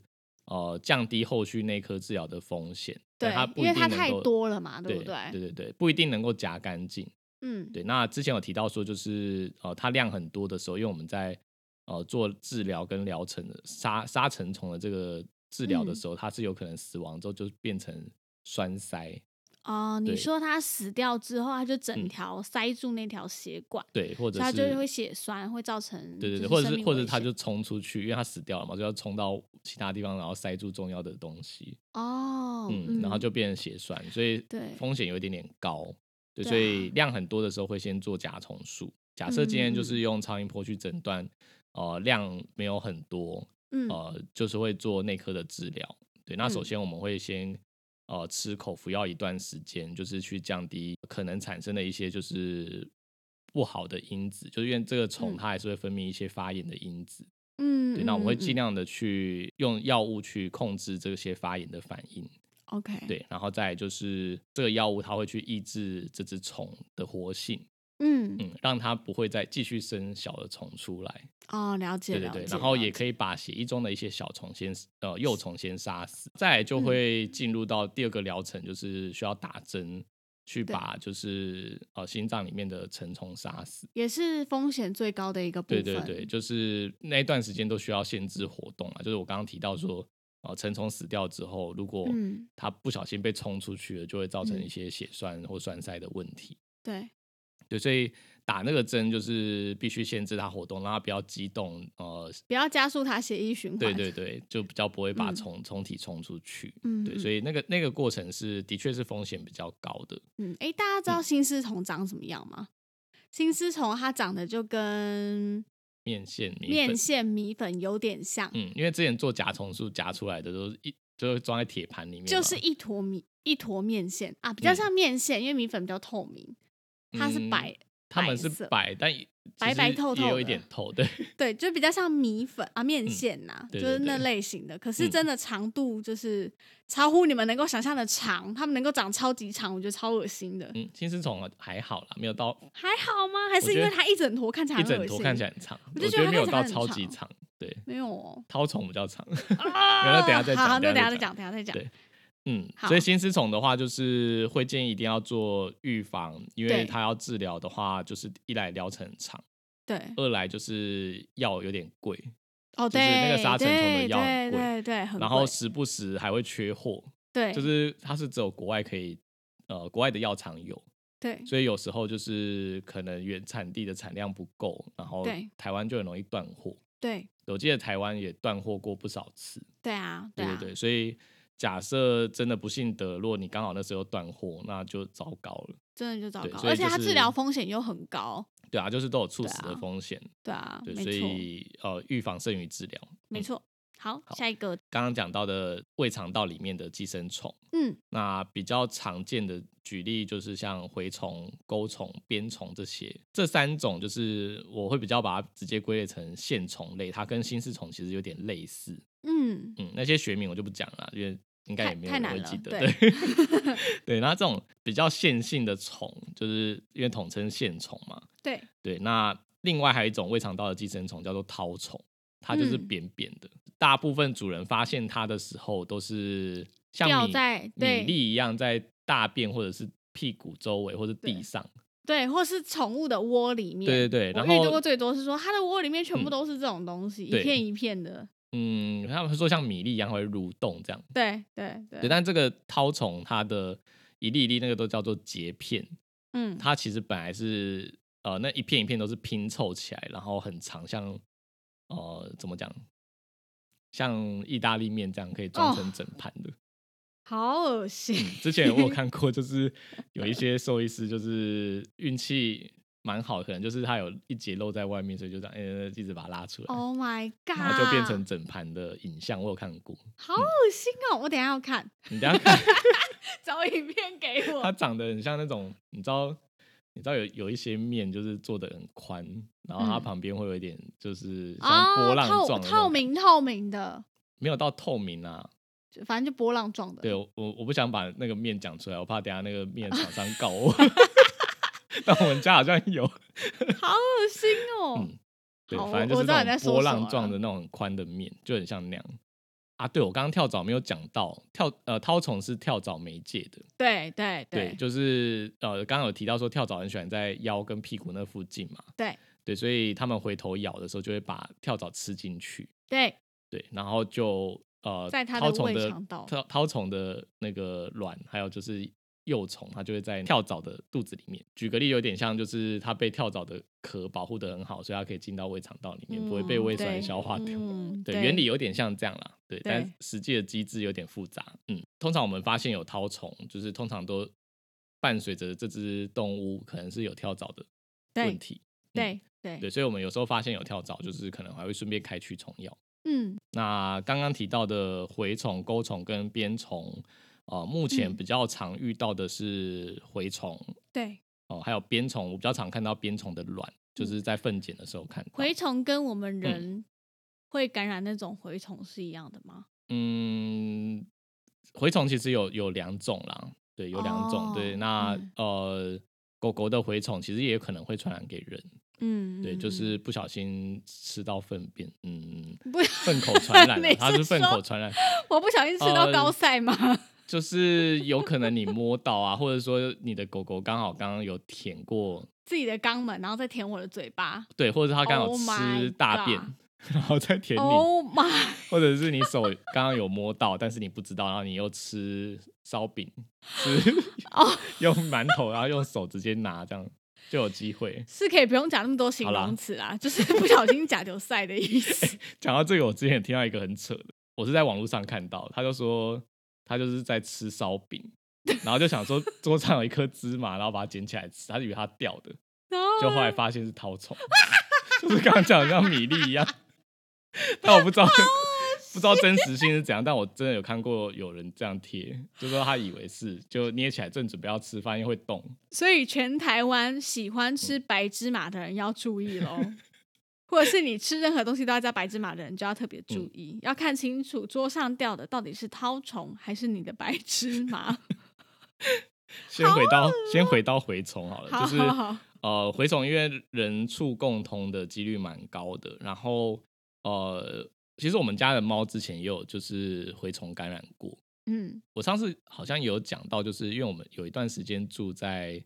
[SPEAKER 2] 呃降低后续内科治疗的风险，但
[SPEAKER 1] 对
[SPEAKER 2] 它不
[SPEAKER 1] 因
[SPEAKER 2] 一
[SPEAKER 1] 为
[SPEAKER 2] 定
[SPEAKER 1] 它
[SPEAKER 2] 能
[SPEAKER 1] 太
[SPEAKER 2] 够
[SPEAKER 1] 多了嘛对
[SPEAKER 2] 对
[SPEAKER 1] 不对
[SPEAKER 2] 对对对，不一定能够夹干净。
[SPEAKER 1] 嗯，
[SPEAKER 2] 对，那之前有提到说，就是呃它量很多的时候，因为我们在呃做治疗跟疗程的杀杀成虫的这个治疗的
[SPEAKER 1] 嗯
[SPEAKER 2] 时候，它是有可能死亡之后就变成栓塞，
[SPEAKER 1] 哦，你
[SPEAKER 2] 对
[SPEAKER 1] 说它死掉之后，它就整
[SPEAKER 2] 嗯
[SPEAKER 1] 条塞住那条血管，
[SPEAKER 2] 对，或者
[SPEAKER 1] 所以它
[SPEAKER 2] 是
[SPEAKER 1] 就会血栓，会造成
[SPEAKER 2] 对对
[SPEAKER 1] 就
[SPEAKER 2] 对，或者
[SPEAKER 1] 生
[SPEAKER 2] 是
[SPEAKER 1] 命
[SPEAKER 2] 或者
[SPEAKER 1] 危
[SPEAKER 2] 它
[SPEAKER 1] 险
[SPEAKER 2] 就冲出去，因为它死掉了嘛，就要冲到其他地方，然后塞住重要的东西。
[SPEAKER 1] 哦，
[SPEAKER 2] 嗯，然后就变成血栓，所以
[SPEAKER 1] 对
[SPEAKER 2] 风险有一点点高。对，
[SPEAKER 1] 对
[SPEAKER 2] 所
[SPEAKER 1] 啊
[SPEAKER 2] 以量很多的时候会先做甲虫术。假设今天就
[SPEAKER 1] 嗯嗯
[SPEAKER 2] 是用超音波去诊断，呃，量没有很多，
[SPEAKER 1] 嗯
[SPEAKER 2] 呃，就是会做内科的治疗。对，那首
[SPEAKER 1] 嗯
[SPEAKER 2] 先我们会先呃吃口服药一段时间，就是去降低可能产生的一些就是不好的因子，就是因为这个
[SPEAKER 1] 嗯
[SPEAKER 2] 虫它还是会分泌一些发炎的因子。
[SPEAKER 1] 嗯，
[SPEAKER 2] 对，那我们会尽
[SPEAKER 1] 量
[SPEAKER 2] 量的去用药物去控制这些发炎的反应。
[SPEAKER 1] OK，，
[SPEAKER 2] 对，然后再来就是这个药物它会去抑制这只虫的活性，
[SPEAKER 1] 嗯，
[SPEAKER 2] 嗯，让它不会再继续生小的虫出来。
[SPEAKER 1] 哦，了解，
[SPEAKER 2] 对对
[SPEAKER 1] 了
[SPEAKER 2] 对，
[SPEAKER 1] 解
[SPEAKER 2] 然后
[SPEAKER 1] 了
[SPEAKER 2] 也
[SPEAKER 1] 解
[SPEAKER 2] 可以把血液中的一些小虫先呃幼虫先杀死。再来就
[SPEAKER 1] 嗯
[SPEAKER 2] 会进入到第二个疗程，就是需要打针。去
[SPEAKER 1] 对
[SPEAKER 2] 把就是呃心脏里面的成虫杀死，
[SPEAKER 1] 也是风险最高的一个部
[SPEAKER 2] 对
[SPEAKER 1] 分，
[SPEAKER 2] 对对，就是那一段时间都需要限制活动啊。就是我刚刚提到说，呃，成虫死掉之后，如果
[SPEAKER 1] 嗯
[SPEAKER 2] 它不小心被冲出去了，就会造成
[SPEAKER 1] 嗯
[SPEAKER 2] 一些血栓或栓塞的问题。
[SPEAKER 1] 对
[SPEAKER 2] 对，所以打那个针就是必须限制它活动，让它不要激动。呃，
[SPEAKER 1] 不要加速它血液循环，
[SPEAKER 2] 对对对，就比较不会把
[SPEAKER 1] 嗯
[SPEAKER 2] 虫虫、体冲出去。
[SPEAKER 1] 嗯，嗯，
[SPEAKER 2] 对，所以那个那个过程是的确是风险比较高的。
[SPEAKER 1] 嗯，哎，大家知道新丝虫长什么样吗？新丝虫它长得就跟
[SPEAKER 2] 面线米粉
[SPEAKER 1] 面线米粉有点像，
[SPEAKER 2] 嗯，因为之前做夹虫术夹出来的都是一就是装在铁盘里面嘛，
[SPEAKER 1] 就是一坨米一坨面线啊，比较
[SPEAKER 2] 啊嗯
[SPEAKER 1] 像面线，因为米粉比较透明，它是
[SPEAKER 2] 嗯
[SPEAKER 1] 白，
[SPEAKER 2] 他们是
[SPEAKER 1] 白色
[SPEAKER 2] 白，但也
[SPEAKER 1] 白
[SPEAKER 2] 其
[SPEAKER 1] 白
[SPEAKER 2] 实
[SPEAKER 1] 透
[SPEAKER 2] 也
[SPEAKER 1] 透
[SPEAKER 2] 有一
[SPEAKER 1] 的
[SPEAKER 2] 点透，对
[SPEAKER 1] 对，就比较像米粉啊面线呐、
[SPEAKER 2] 嗯对
[SPEAKER 1] 就是
[SPEAKER 2] 对
[SPEAKER 1] 那
[SPEAKER 2] 对
[SPEAKER 1] 类型的。可是
[SPEAKER 2] 嗯
[SPEAKER 1] 真的长度就是超乎你们能够想象的长，它们能够长超级长，我觉得超恶心的。
[SPEAKER 2] 嗯，金丝虫还好啦，没有到
[SPEAKER 1] 还好吗？还
[SPEAKER 2] 我
[SPEAKER 1] 是因
[SPEAKER 2] 觉
[SPEAKER 1] 为
[SPEAKER 2] 得
[SPEAKER 1] 它一整坨看起来
[SPEAKER 2] 一
[SPEAKER 1] 很恶
[SPEAKER 2] 整
[SPEAKER 1] 心？
[SPEAKER 2] 坨看起来很长，
[SPEAKER 1] 我
[SPEAKER 2] 我
[SPEAKER 1] 就觉
[SPEAKER 2] 觉
[SPEAKER 1] 得
[SPEAKER 2] 得没
[SPEAKER 1] 它
[SPEAKER 2] 有
[SPEAKER 1] 看
[SPEAKER 2] 到
[SPEAKER 1] 起来
[SPEAKER 2] 超
[SPEAKER 1] 很
[SPEAKER 2] 级
[SPEAKER 1] 长
[SPEAKER 2] 长，对，
[SPEAKER 1] 没有哦。
[SPEAKER 2] 绦虫比较长。
[SPEAKER 1] 啊
[SPEAKER 2] 那等一下再讲
[SPEAKER 1] 好，那
[SPEAKER 2] 等
[SPEAKER 1] 等一
[SPEAKER 2] 一下
[SPEAKER 1] 下
[SPEAKER 2] 再
[SPEAKER 1] 再讲，等一下再讲
[SPEAKER 2] 对。嗯，
[SPEAKER 1] 好
[SPEAKER 2] 所以心丝虫的话，就是会建议一定要做预防，因
[SPEAKER 1] 对
[SPEAKER 2] 为它要治疗的话，就是一来疗程很长，
[SPEAKER 1] 对，
[SPEAKER 2] 二来就是药有点贵，
[SPEAKER 1] 哦，
[SPEAKER 2] 就
[SPEAKER 1] 对，
[SPEAKER 2] 是那个杀成虫的
[SPEAKER 1] 对
[SPEAKER 2] 药
[SPEAKER 1] 对
[SPEAKER 2] 很贵
[SPEAKER 1] 对对，很
[SPEAKER 2] 然后
[SPEAKER 1] 贵
[SPEAKER 2] 时不时还会缺货，
[SPEAKER 1] 对，
[SPEAKER 2] 就是它是只有国外可以，呃，国外的药厂有，
[SPEAKER 1] 对
[SPEAKER 2] 所以有时候就是可能原产地的产量不够，然后
[SPEAKER 1] 对
[SPEAKER 2] 台湾就很容易断货。
[SPEAKER 1] 对
[SPEAKER 2] 我记得台湾也断货过不少次，
[SPEAKER 1] 对啊，
[SPEAKER 2] 对
[SPEAKER 1] 啊，
[SPEAKER 2] 对对，所以假设真的不幸得落，你刚好那时候断货，那就糟糕了。
[SPEAKER 1] 真的就糟
[SPEAKER 2] 对
[SPEAKER 1] 糕，
[SPEAKER 2] 所以
[SPEAKER 1] 而且
[SPEAKER 2] 就
[SPEAKER 1] 它治
[SPEAKER 2] 是
[SPEAKER 1] 疗风险又很高。
[SPEAKER 2] 对啊，就是都有猝
[SPEAKER 1] 对
[SPEAKER 2] 死的
[SPEAKER 1] 啊
[SPEAKER 2] 风险，
[SPEAKER 1] 对啊，
[SPEAKER 2] 对，
[SPEAKER 1] 没
[SPEAKER 2] 所
[SPEAKER 1] 错，
[SPEAKER 2] 以呃，预防胜于治疗。
[SPEAKER 1] 没错。好，
[SPEAKER 2] 好
[SPEAKER 1] 下一个，
[SPEAKER 2] 刚刚讲到的胃肠道里面的寄生虫，
[SPEAKER 1] 嗯，
[SPEAKER 2] 那比较常见的举例就是像蛔虫、钩虫、鞭虫这些，这三种就是我会比较把它直接归类成线虫类，它跟心丝虫其实有点类似。
[SPEAKER 1] 嗯，
[SPEAKER 2] 嗯，那些学名我就不讲了，因为应该
[SPEAKER 1] 太
[SPEAKER 2] 也没有
[SPEAKER 1] 太
[SPEAKER 2] 人
[SPEAKER 1] 难
[SPEAKER 2] 会
[SPEAKER 1] 了
[SPEAKER 2] 记得。
[SPEAKER 1] 对
[SPEAKER 2] 对， 对，那这种比较线性的虫，就是因为统称线虫嘛。
[SPEAKER 1] 对，
[SPEAKER 2] 对，那另外还有一种胃肠道的寄生虫叫做绦虫，它就是
[SPEAKER 1] 嗯
[SPEAKER 2] 扁扁的。大部分主人发现它的时候，都是
[SPEAKER 1] 掉
[SPEAKER 2] 像米
[SPEAKER 1] 在
[SPEAKER 2] 米
[SPEAKER 1] 对
[SPEAKER 2] 粒一样在大便或者是屁股周围或者地上。
[SPEAKER 1] 对，或是宠物的窝里面，
[SPEAKER 2] 对对对
[SPEAKER 1] 我
[SPEAKER 2] 然
[SPEAKER 1] 遇
[SPEAKER 2] 后
[SPEAKER 1] 到过最多是说它的窝里面全部
[SPEAKER 2] 嗯
[SPEAKER 1] 都是这种东西，一
[SPEAKER 2] 对
[SPEAKER 1] 片一片的，
[SPEAKER 2] 嗯，他们说像米粒一样会蠕动这样。
[SPEAKER 1] 对对
[SPEAKER 2] 对，但这个绦虫它的一粒一粒那个都叫做节片，
[SPEAKER 1] 嗯，
[SPEAKER 2] 它其实本来是呃那一片一片都是拼凑起来，然后很长，像呃怎么讲，像意大利面这样可以装
[SPEAKER 1] 哦
[SPEAKER 2] 成整盘的。
[SPEAKER 1] 好恶心，
[SPEAKER 2] 之前我有看过，就是有一些兽医师就是运气蛮好，可能就是他有一节露在外面，所以就这样，呃、一直把它拉出来。
[SPEAKER 1] ，Oh my god，
[SPEAKER 2] 然后就变成嗯整盘的影像，我有看过。
[SPEAKER 1] 好恶心哦，我等一下要看，
[SPEAKER 2] 你等一下看，
[SPEAKER 1] 找影片给
[SPEAKER 2] 它
[SPEAKER 1] 我，
[SPEAKER 2] 长得很像那种，你知道，你知道有有一些面就是做的很宽，然后它
[SPEAKER 1] 嗯
[SPEAKER 2] 旁边会有一点就是像波
[SPEAKER 1] 啊，
[SPEAKER 2] 浪
[SPEAKER 1] 透
[SPEAKER 2] 状的那种、
[SPEAKER 1] 透明透明的，
[SPEAKER 2] 没有到透明啊。
[SPEAKER 1] 就反正就波浪状的，
[SPEAKER 2] 对我，我不想把那个面讲出来，我怕等一下那个 面厂商告我。 但我们家好像 有，
[SPEAKER 1] 好恶心哦
[SPEAKER 2] 嗯，对，
[SPEAKER 1] 好
[SPEAKER 2] 反
[SPEAKER 1] 我
[SPEAKER 2] 正就
[SPEAKER 1] 我
[SPEAKER 2] 是
[SPEAKER 1] 知道你
[SPEAKER 2] 那
[SPEAKER 1] 在
[SPEAKER 2] 种
[SPEAKER 1] 说
[SPEAKER 2] 波
[SPEAKER 1] 什
[SPEAKER 2] 浪
[SPEAKER 1] 么
[SPEAKER 2] 状
[SPEAKER 1] 了
[SPEAKER 2] 的那种宽的面，就很像那样啊。对，我刚刚跳蚤没有讲到，跳呃绦虫是跳蚤媒介的，
[SPEAKER 1] 对对
[SPEAKER 2] 对，
[SPEAKER 1] 对
[SPEAKER 2] 就是呃刚刚有提到说跳蚤很喜欢在腰跟屁股那附近嘛，
[SPEAKER 1] 对
[SPEAKER 2] 对，所以他们回头咬的时候就会把跳蚤吃进去，
[SPEAKER 1] 对，
[SPEAKER 2] 对，然后就呃
[SPEAKER 1] 在它的
[SPEAKER 2] 绦虫
[SPEAKER 1] 胃
[SPEAKER 2] 的
[SPEAKER 1] 肠道
[SPEAKER 2] 绦绦虫的那个卵，还有就是。幼虫它就会在跳蚤的肚子里面。举个例，有点像就是它被跳蚤的壳保护的很好，所以它可以进到胃肠道里面，不会被
[SPEAKER 1] 嗯
[SPEAKER 2] 胃酸
[SPEAKER 1] 对
[SPEAKER 2] 消化掉。
[SPEAKER 1] 嗯
[SPEAKER 2] 对，原理有点像这样啦，对，
[SPEAKER 1] 对
[SPEAKER 2] 但实际的机制有点复杂。嗯，通常我们发现有绦虫，就是通常都伴随着这只动物可能是有跳蚤的问
[SPEAKER 1] 对
[SPEAKER 2] 题。
[SPEAKER 1] 对对
[SPEAKER 2] 对，所以我们有时候发现有跳蚤，就是可能还会顺便开驱虫药。
[SPEAKER 1] 嗯
[SPEAKER 2] 那刚刚提到的蛔虫、钩虫跟鞭虫，呃，目前
[SPEAKER 1] 嗯
[SPEAKER 2] 比较常遇到的是蛔虫，
[SPEAKER 1] 对。
[SPEAKER 2] 哦、还有鞭虫，
[SPEAKER 1] 嗯
[SPEAKER 2] 我比较常看到鞭虫的卵，就是在粪检的时候看到。
[SPEAKER 1] 蛔虫跟我们人
[SPEAKER 3] 会感染那种蛔虫是一样的吗？
[SPEAKER 2] 嗯，蛔虫其实有有两种啦，对，有两种。对，
[SPEAKER 3] 哦
[SPEAKER 2] 那、
[SPEAKER 3] 嗯
[SPEAKER 2] 呃，狗狗的蛔虫其实也有可能会传染给人，
[SPEAKER 3] 嗯，
[SPEAKER 2] 对，
[SPEAKER 3] 嗯
[SPEAKER 2] 就
[SPEAKER 3] 嗯
[SPEAKER 2] 是不小心吃到粪便，嗯，
[SPEAKER 1] 不是，
[SPEAKER 2] 粪口传染了，
[SPEAKER 1] 你
[SPEAKER 2] 它
[SPEAKER 1] 是
[SPEAKER 2] 是粪
[SPEAKER 1] 说
[SPEAKER 2] 口传染，
[SPEAKER 1] 我不小心吃到
[SPEAKER 2] 呃
[SPEAKER 1] 高塞吗？
[SPEAKER 2] 就是有可能你摸到啊，或者说你的狗狗刚好刚刚有舔过，
[SPEAKER 1] 自己的肛门，然后再舔我的嘴巴。
[SPEAKER 2] 对，或者是它刚好
[SPEAKER 1] Oh my
[SPEAKER 2] 吃大便
[SPEAKER 1] God
[SPEAKER 2] 然后再舔你
[SPEAKER 1] Oh my！
[SPEAKER 2] 或者是你手刚刚有摸到，但是你不知道，然后你又吃烧饼，吃
[SPEAKER 1] 哦
[SPEAKER 2] 用馒头，然后用手直接拿，这样就有机会。
[SPEAKER 1] 是可以不用讲那么多形
[SPEAKER 2] 好啦
[SPEAKER 1] 容词啦，就是不小心假丢塞的意 思。
[SPEAKER 2] 讲到这个，我之前听到一个很扯的，我是在网络上看到，他就说他就是在吃烧饼，然后就想说桌上有一颗芝麻，然后把它捡起来吃，他就以为它掉的，
[SPEAKER 1] 然
[SPEAKER 2] 就
[SPEAKER 1] 后
[SPEAKER 2] 后来发现是绦虫， 就是刚刚讲的像米粒一样， 但我不知道。不知道真实性是怎样，但我真的有看过有人这样贴，就说他以为是，就捏起来正准备要吃饭，因为会动，
[SPEAKER 1] 所以全台湾喜欢吃白芝麻的人要注意喽，或者是你吃任何东西都要加白芝麻的人就要特别
[SPEAKER 2] 嗯
[SPEAKER 1] 注意，要看清楚桌上掉的到底是绦虫还是你的白芝 麻。
[SPEAKER 2] 先回到先回到蛔虫好了，
[SPEAKER 1] 好
[SPEAKER 2] 就是
[SPEAKER 1] 好好
[SPEAKER 2] 呃蛔虫因为人畜共通的几率蛮高的，然后呃其实我们家的猫之前也有就是蛔虫感染过，
[SPEAKER 1] 嗯，
[SPEAKER 2] 我上次好像有讲到，就是因为我们有一段时间住在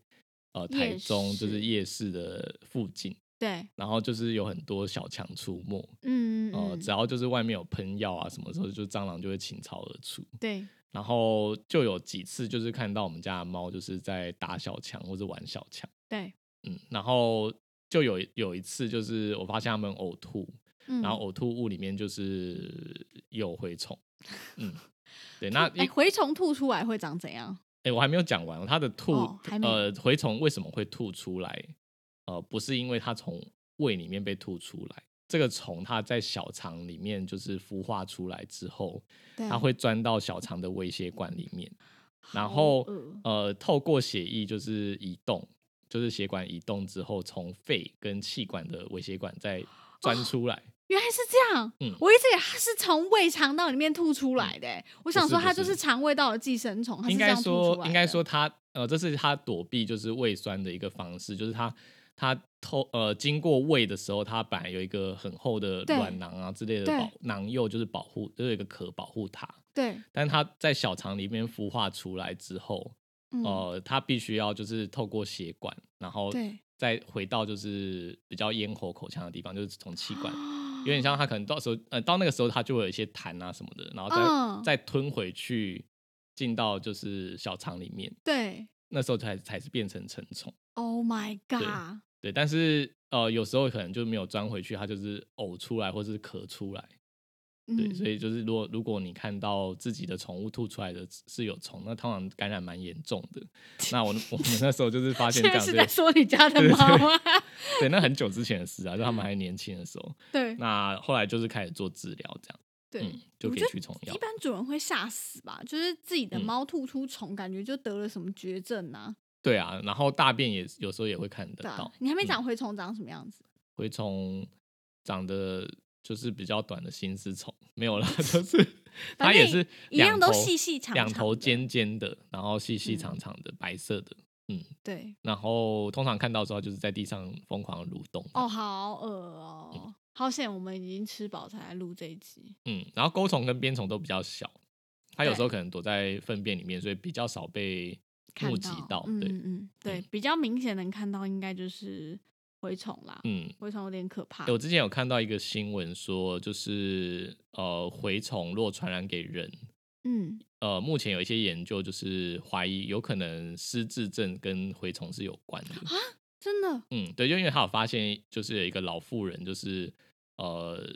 [SPEAKER 2] 呃台
[SPEAKER 1] 夜
[SPEAKER 2] 中，就是
[SPEAKER 1] 市
[SPEAKER 2] 夜市的附近，
[SPEAKER 1] 对，
[SPEAKER 2] 然后就是有很多小强出没，
[SPEAKER 1] 嗯，
[SPEAKER 2] 呃，
[SPEAKER 1] 嗯
[SPEAKER 2] 只要就是外面有喷药啊什么时候，就蟑螂就会倾巢而出。
[SPEAKER 1] 对，
[SPEAKER 2] 然后就有几次就是看到我们家的猫就是在打小强或者玩小强，
[SPEAKER 1] 对，
[SPEAKER 2] 嗯，然后就有有一次就是我发现它们呕吐，
[SPEAKER 1] 嗯，
[SPEAKER 2] 然后呕吐物里面就是有蛔虫，嗯， 对，那
[SPEAKER 1] 哎、蛔虫吐出来会长怎样？
[SPEAKER 2] 哎、我还没有讲完，它的吐、
[SPEAKER 1] 哦还没
[SPEAKER 2] 呃蛔虫为什么会吐出来？呃，不是因为它从胃里面被吐出来，这个虫它在小肠里面就是孵化出来之后，
[SPEAKER 1] 对，
[SPEAKER 2] 它会钻到小肠的微血管里面，然
[SPEAKER 1] 好
[SPEAKER 2] 后
[SPEAKER 1] 恶
[SPEAKER 2] 呃透过血液就是移动，就是血管移动之后，从肺跟气管的微血管再钻
[SPEAKER 1] 啊
[SPEAKER 2] 出来。
[SPEAKER 1] 原来是这样，
[SPEAKER 2] 嗯
[SPEAKER 1] 我一直以为它是从胃肠道里面吐出来的、欸我想
[SPEAKER 2] 不是
[SPEAKER 1] 说
[SPEAKER 2] 不
[SPEAKER 1] 它就是是肠胃道的寄生虫，它是
[SPEAKER 2] 应
[SPEAKER 1] 这
[SPEAKER 2] 该
[SPEAKER 1] 样吐出
[SPEAKER 2] 说，
[SPEAKER 1] 来
[SPEAKER 2] 应该
[SPEAKER 1] 的
[SPEAKER 2] 说他呃，这是他躲避就是胃酸的一个方式，就是他他透呃经过胃的时候，他本来有一个很厚的
[SPEAKER 1] 对
[SPEAKER 2] 软囊啊之类的
[SPEAKER 1] 对
[SPEAKER 2] 保囊釉，就是保护，就是有一个壳保护它。
[SPEAKER 1] 对，
[SPEAKER 2] 但它在小肠里面孵化出来之后，
[SPEAKER 1] 嗯，
[SPEAKER 2] 呃，它必须要就是透过血管，然后
[SPEAKER 1] 对
[SPEAKER 2] 再回到就是比较咽喉、口腔的地方，就是从气管
[SPEAKER 1] 啊
[SPEAKER 2] 有点像它可能到时候呃到那个时候它就会有一些痰啊什么的，然后再、
[SPEAKER 1] 嗯
[SPEAKER 2] 再吞回去进到就是小肠里面，
[SPEAKER 1] 对
[SPEAKER 2] 那时候才才是变成成虫。
[SPEAKER 1] ，Oh my God，
[SPEAKER 2] 对，但是呃有时候可能就没有钻回去，它就是呕出来或是咳出来。对，
[SPEAKER 1] 嗯
[SPEAKER 2] 所以就是如果如果你看到自己的宠物吐出来的是有虫，那通常感染蛮严重的。那我我们那时候就是发现
[SPEAKER 1] 现
[SPEAKER 2] 这
[SPEAKER 1] 在
[SPEAKER 2] 样
[SPEAKER 1] 是
[SPEAKER 2] 子，
[SPEAKER 1] 在说你家的
[SPEAKER 2] 对对
[SPEAKER 1] 猫吗？
[SPEAKER 2] 对，那很久之前的事啊，就他们还年轻的时候。
[SPEAKER 1] 对
[SPEAKER 2] 那后来就是开始做治疗，这样，
[SPEAKER 1] 对，
[SPEAKER 2] 嗯，就
[SPEAKER 1] 我
[SPEAKER 2] 给
[SPEAKER 1] 觉得
[SPEAKER 2] 驱虫药
[SPEAKER 1] 一。般主人会吓死吧？就是自己的
[SPEAKER 2] 嗯
[SPEAKER 1] 猫吐出虫，感觉就得了什么绝症啊？
[SPEAKER 2] 对啊，然后大便也有时候也会看得
[SPEAKER 1] 对啊
[SPEAKER 2] 到，，
[SPEAKER 1] 你还没
[SPEAKER 2] 嗯
[SPEAKER 1] 讲蛔虫长什么样子？
[SPEAKER 2] 蛔虫长得就是比较短的心丝虫，没有啦， 就是它
[SPEAKER 1] 反
[SPEAKER 2] 也
[SPEAKER 1] 正
[SPEAKER 2] 是
[SPEAKER 1] 一样
[SPEAKER 2] 两
[SPEAKER 1] 都
[SPEAKER 2] 头
[SPEAKER 1] 细细长
[SPEAKER 2] 两
[SPEAKER 1] 长
[SPEAKER 2] 头
[SPEAKER 1] 的
[SPEAKER 2] 尖尖的，然后细细
[SPEAKER 1] 嗯
[SPEAKER 2] 长长的、白色的，嗯，
[SPEAKER 1] 对，
[SPEAKER 2] 然后通常看到之后就是在地上疯狂地蠕动，
[SPEAKER 1] 哦，好恶哦，好险，我们已经吃饱才来录这一集。
[SPEAKER 2] 嗯，然后钩虫跟鞭虫都比较小，它有
[SPEAKER 1] 对
[SPEAKER 2] 时候可能躲在粪便里面，所以比较少被
[SPEAKER 1] 看
[SPEAKER 2] 目击到，
[SPEAKER 1] 嗯
[SPEAKER 2] 对，
[SPEAKER 1] 嗯嗯，对
[SPEAKER 2] 嗯，
[SPEAKER 1] 比较明显能看到应该就是蛔虫啦，
[SPEAKER 2] 嗯，
[SPEAKER 1] 蛔虫有点可怕
[SPEAKER 2] 欸。我之前有看到一个新闻说，就是呃，蛔虫若传染给人，
[SPEAKER 1] 嗯，
[SPEAKER 2] 呃，目前有一些研究就是怀疑有可能失智症跟蛔虫是有关的。
[SPEAKER 1] 啊真的，
[SPEAKER 2] 嗯，对，就因为他有发现，就是有一个老妇人，就是呃，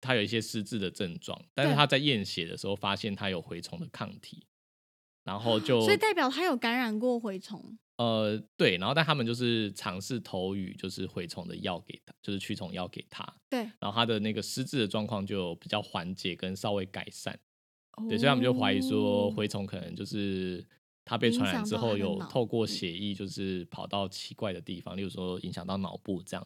[SPEAKER 2] 她有一些失智的症状，但是
[SPEAKER 1] 对
[SPEAKER 2] 她在验血的时候发现她有蛔虫的抗体，然后就
[SPEAKER 1] 啊所以代表它有感染过蛔虫。
[SPEAKER 2] 呃对，然后但他们就是尝试投予就是蛔虫的药给她，就是驱虫药给她，
[SPEAKER 1] 对，
[SPEAKER 2] 然后他的那个失智的状况就有比较缓解跟稍微改善。对，所以他们就怀疑说
[SPEAKER 1] 哦
[SPEAKER 2] 蛔虫可能就是它被
[SPEAKER 1] 影
[SPEAKER 2] 传染
[SPEAKER 1] 响
[SPEAKER 2] 之
[SPEAKER 1] 到它
[SPEAKER 2] 后
[SPEAKER 1] 的
[SPEAKER 2] 有
[SPEAKER 1] 脑
[SPEAKER 2] 透过血液就是跑到奇怪的地方，例如说影响到脑部这样。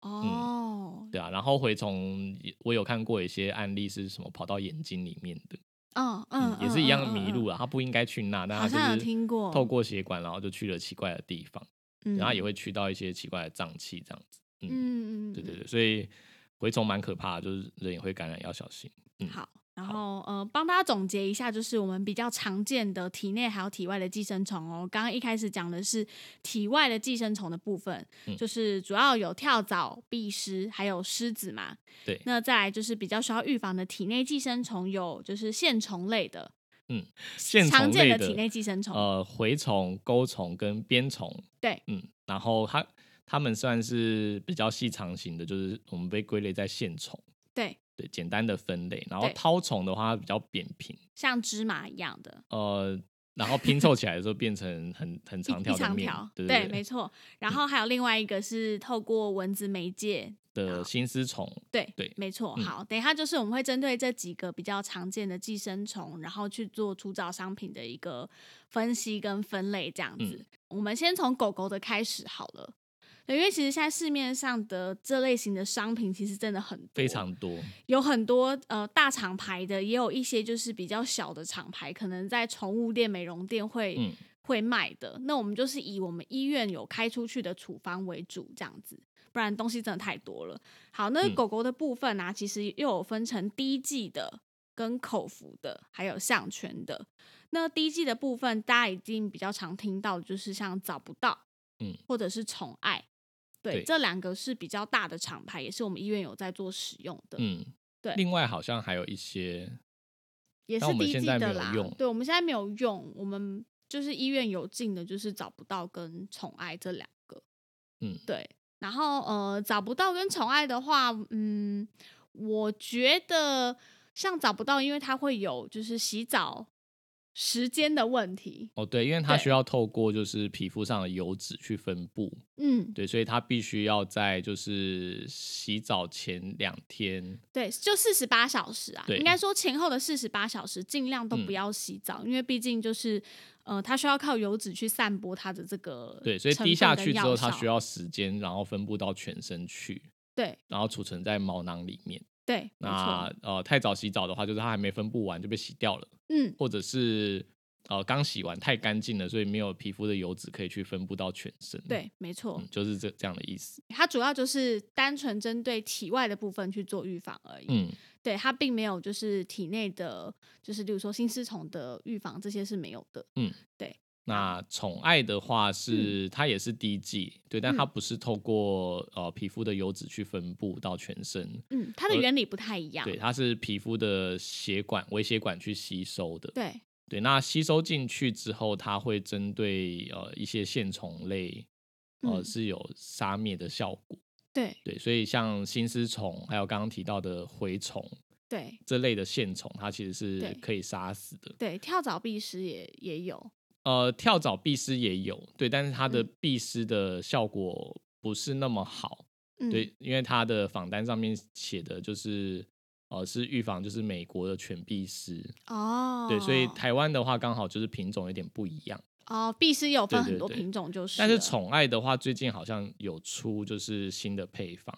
[SPEAKER 1] 哦，
[SPEAKER 2] 对啊，啦，然后蛔虫我有看过一些案例是什么跑到眼睛里面的，
[SPEAKER 1] 哦嗯，
[SPEAKER 2] 也是一样
[SPEAKER 1] 嗯
[SPEAKER 2] 迷，
[SPEAKER 1] 嗯嗯
[SPEAKER 2] 路啊，它不应该去那，
[SPEAKER 1] 好
[SPEAKER 2] 但
[SPEAKER 1] 像
[SPEAKER 2] 它
[SPEAKER 1] 有
[SPEAKER 2] 就是
[SPEAKER 1] 听过
[SPEAKER 2] 透过血管，然后就去了奇怪的地方，
[SPEAKER 1] 嗯
[SPEAKER 2] 然后也会去到一些奇怪的脏器这样子。
[SPEAKER 1] 嗯嗯，嗯
[SPEAKER 2] 对对对，所以蛔虫蛮可怕的，就是人也会感染，要小心。嗯
[SPEAKER 1] 好，然后呃，帮大家总结一下，就是我们比较常见的体内还有体外的寄生虫哦。刚刚一开始讲的是体外的寄生虫的部分，
[SPEAKER 2] 嗯
[SPEAKER 1] 就是主要有跳蚤、蜱虱还有虱子嘛。
[SPEAKER 2] 对
[SPEAKER 1] 那再来就是比较需要预防的体内寄生虫有就是线虫类的，
[SPEAKER 2] 嗯，线
[SPEAKER 1] 常
[SPEAKER 2] 虫
[SPEAKER 1] 见
[SPEAKER 2] 类
[SPEAKER 1] 的
[SPEAKER 2] 的
[SPEAKER 1] 体内寄生虫，
[SPEAKER 2] 呃，蛔虫、钩虫跟鞭虫。
[SPEAKER 1] 对，
[SPEAKER 2] 嗯，然后它它们算是比较细长型的，就是我们被归类在线虫。
[SPEAKER 1] 对，
[SPEAKER 2] 对，简单的分类。然后
[SPEAKER 1] 对
[SPEAKER 2] 绦虫的话，它比较扁平，
[SPEAKER 1] 像芝麻一样的。
[SPEAKER 2] 呃，然后拼凑起来的时候变成很很长
[SPEAKER 1] 一一
[SPEAKER 2] 条的
[SPEAKER 1] 长
[SPEAKER 2] 面
[SPEAKER 1] 条，，
[SPEAKER 2] 对
[SPEAKER 1] 没
[SPEAKER 2] 对，
[SPEAKER 1] 错。然后还有另外一个是透过蚊子媒介
[SPEAKER 2] 的心丝虫。
[SPEAKER 1] 对
[SPEAKER 2] 对
[SPEAKER 1] 没错。
[SPEAKER 2] 嗯
[SPEAKER 1] 好，等一下就是我们会针对这几个比较常见的寄生虫，然后去做除蚤商品的一个分析跟分类，这样子。
[SPEAKER 2] 嗯
[SPEAKER 1] 我们先从狗狗的开始好了。对，因为其实现在市面上的这类型的商品其实真的很多，
[SPEAKER 2] 非常多，
[SPEAKER 1] 有很多呃大厂牌的，也有一些就是比较小的厂牌，可能在宠物店、美容店会、
[SPEAKER 2] 嗯
[SPEAKER 1] 会卖的。那我们就是以我们医院有开出去的处方为主，这样子，不然东西真的太多了。好，那
[SPEAKER 2] 嗯
[SPEAKER 1] 狗狗的部分啊，其实又有分成滴剂的、跟口服的，还有项圈的。那滴剂的部分，大家一定比较常听到的就是像找不到，
[SPEAKER 2] 嗯，
[SPEAKER 1] 或者是宠爱。对，
[SPEAKER 2] 对
[SPEAKER 1] 这两个是比较大的厂牌，也是我们医院有在做使用的。
[SPEAKER 2] 嗯，
[SPEAKER 1] 对
[SPEAKER 2] 另外好像还有一些
[SPEAKER 1] 也是
[SPEAKER 2] 但我们
[SPEAKER 1] 第一
[SPEAKER 2] 现
[SPEAKER 1] 季
[SPEAKER 2] 在
[SPEAKER 1] 的
[SPEAKER 2] 没有
[SPEAKER 1] 啦
[SPEAKER 2] 用。
[SPEAKER 1] 对，我们现在没有用，我们就是医院有进的，就是找不到跟宠爱这两个。
[SPEAKER 2] 嗯
[SPEAKER 1] 对。然后呃，找不到跟宠爱的话，嗯，我觉得像找不到，因为它会有就是洗澡时间的问题。
[SPEAKER 2] 哦，对，因为它
[SPEAKER 1] 对
[SPEAKER 2] 需要透过就是皮肤上的油脂去分布，
[SPEAKER 1] 嗯，
[SPEAKER 2] 对，所以它必须要在就是洗澡前两天，
[SPEAKER 1] 对，就四十八小时啊，
[SPEAKER 2] 对
[SPEAKER 1] 应该说前后的四十八小时，尽量都不
[SPEAKER 2] 嗯
[SPEAKER 1] 要洗澡，因为毕竟就是呃，它需要靠油脂去散播它的这个
[SPEAKER 2] 对，所以
[SPEAKER 1] 成
[SPEAKER 2] 滴
[SPEAKER 1] 分
[SPEAKER 2] 下
[SPEAKER 1] 跟
[SPEAKER 2] 去之
[SPEAKER 1] 药
[SPEAKER 2] 后，它
[SPEAKER 1] 效
[SPEAKER 2] 需要时间，然后分布到全身去，
[SPEAKER 1] 对
[SPEAKER 2] 然后储存在毛囊里面。
[SPEAKER 1] 对，没错。
[SPEAKER 2] 那呃，太早洗澡的话，就是它还没分布完就被洗掉了，
[SPEAKER 1] 嗯，
[SPEAKER 2] 或者是呃刚洗完太干净了，所以没有皮肤的油脂可以去分布到全身。，
[SPEAKER 1] 对，没错
[SPEAKER 2] 嗯，，就是这这样的意思。
[SPEAKER 1] 它主要就是单纯针对体外的部分去做预防而已。
[SPEAKER 2] 嗯，
[SPEAKER 1] 对，它并没有就是体内的，就是例如说心丝虫的预防这些是没有的。
[SPEAKER 2] 那宠爱的
[SPEAKER 1] 嗯
[SPEAKER 2] 话是、它也是滴剂，对，但它不是透过呃皮肤的油脂去分布到全身，
[SPEAKER 1] 嗯，它的
[SPEAKER 2] 呃
[SPEAKER 1] 原理不太一样。
[SPEAKER 2] 对，它是皮肤的血管、微血管去吸收的。
[SPEAKER 1] 对
[SPEAKER 2] 对，那吸收进去之后，它会针对呃一些线虫类，呃、
[SPEAKER 1] 嗯
[SPEAKER 2] 是有杀灭的效果。
[SPEAKER 1] 对
[SPEAKER 2] 对，所以像心丝虫，还有刚刚提到的蛔虫
[SPEAKER 1] 对
[SPEAKER 2] 这类的线虫，它其实
[SPEAKER 1] 对
[SPEAKER 2] 是可以杀死的。
[SPEAKER 1] 对，跳蚤、蜱虱也也有。
[SPEAKER 2] 呃，跳蚤、蜱虱也有，对，但是它的
[SPEAKER 1] 嗯
[SPEAKER 2] 蜱虱的效果不是那么好，
[SPEAKER 1] 嗯，
[SPEAKER 2] 对，因为它的访单上面写的就是，呃，是预防就是美国的犬蜱虱，
[SPEAKER 1] 哦，
[SPEAKER 2] 对，所以台湾的话刚好就是品种有点不一样，
[SPEAKER 1] 哦，蜱虱有分
[SPEAKER 2] 对
[SPEAKER 1] 很
[SPEAKER 2] 对
[SPEAKER 1] 多
[SPEAKER 2] 对
[SPEAKER 1] 品种，就是啊
[SPEAKER 2] 但是
[SPEAKER 1] 了
[SPEAKER 2] 宠爱的话最近好像有出就是新的配方，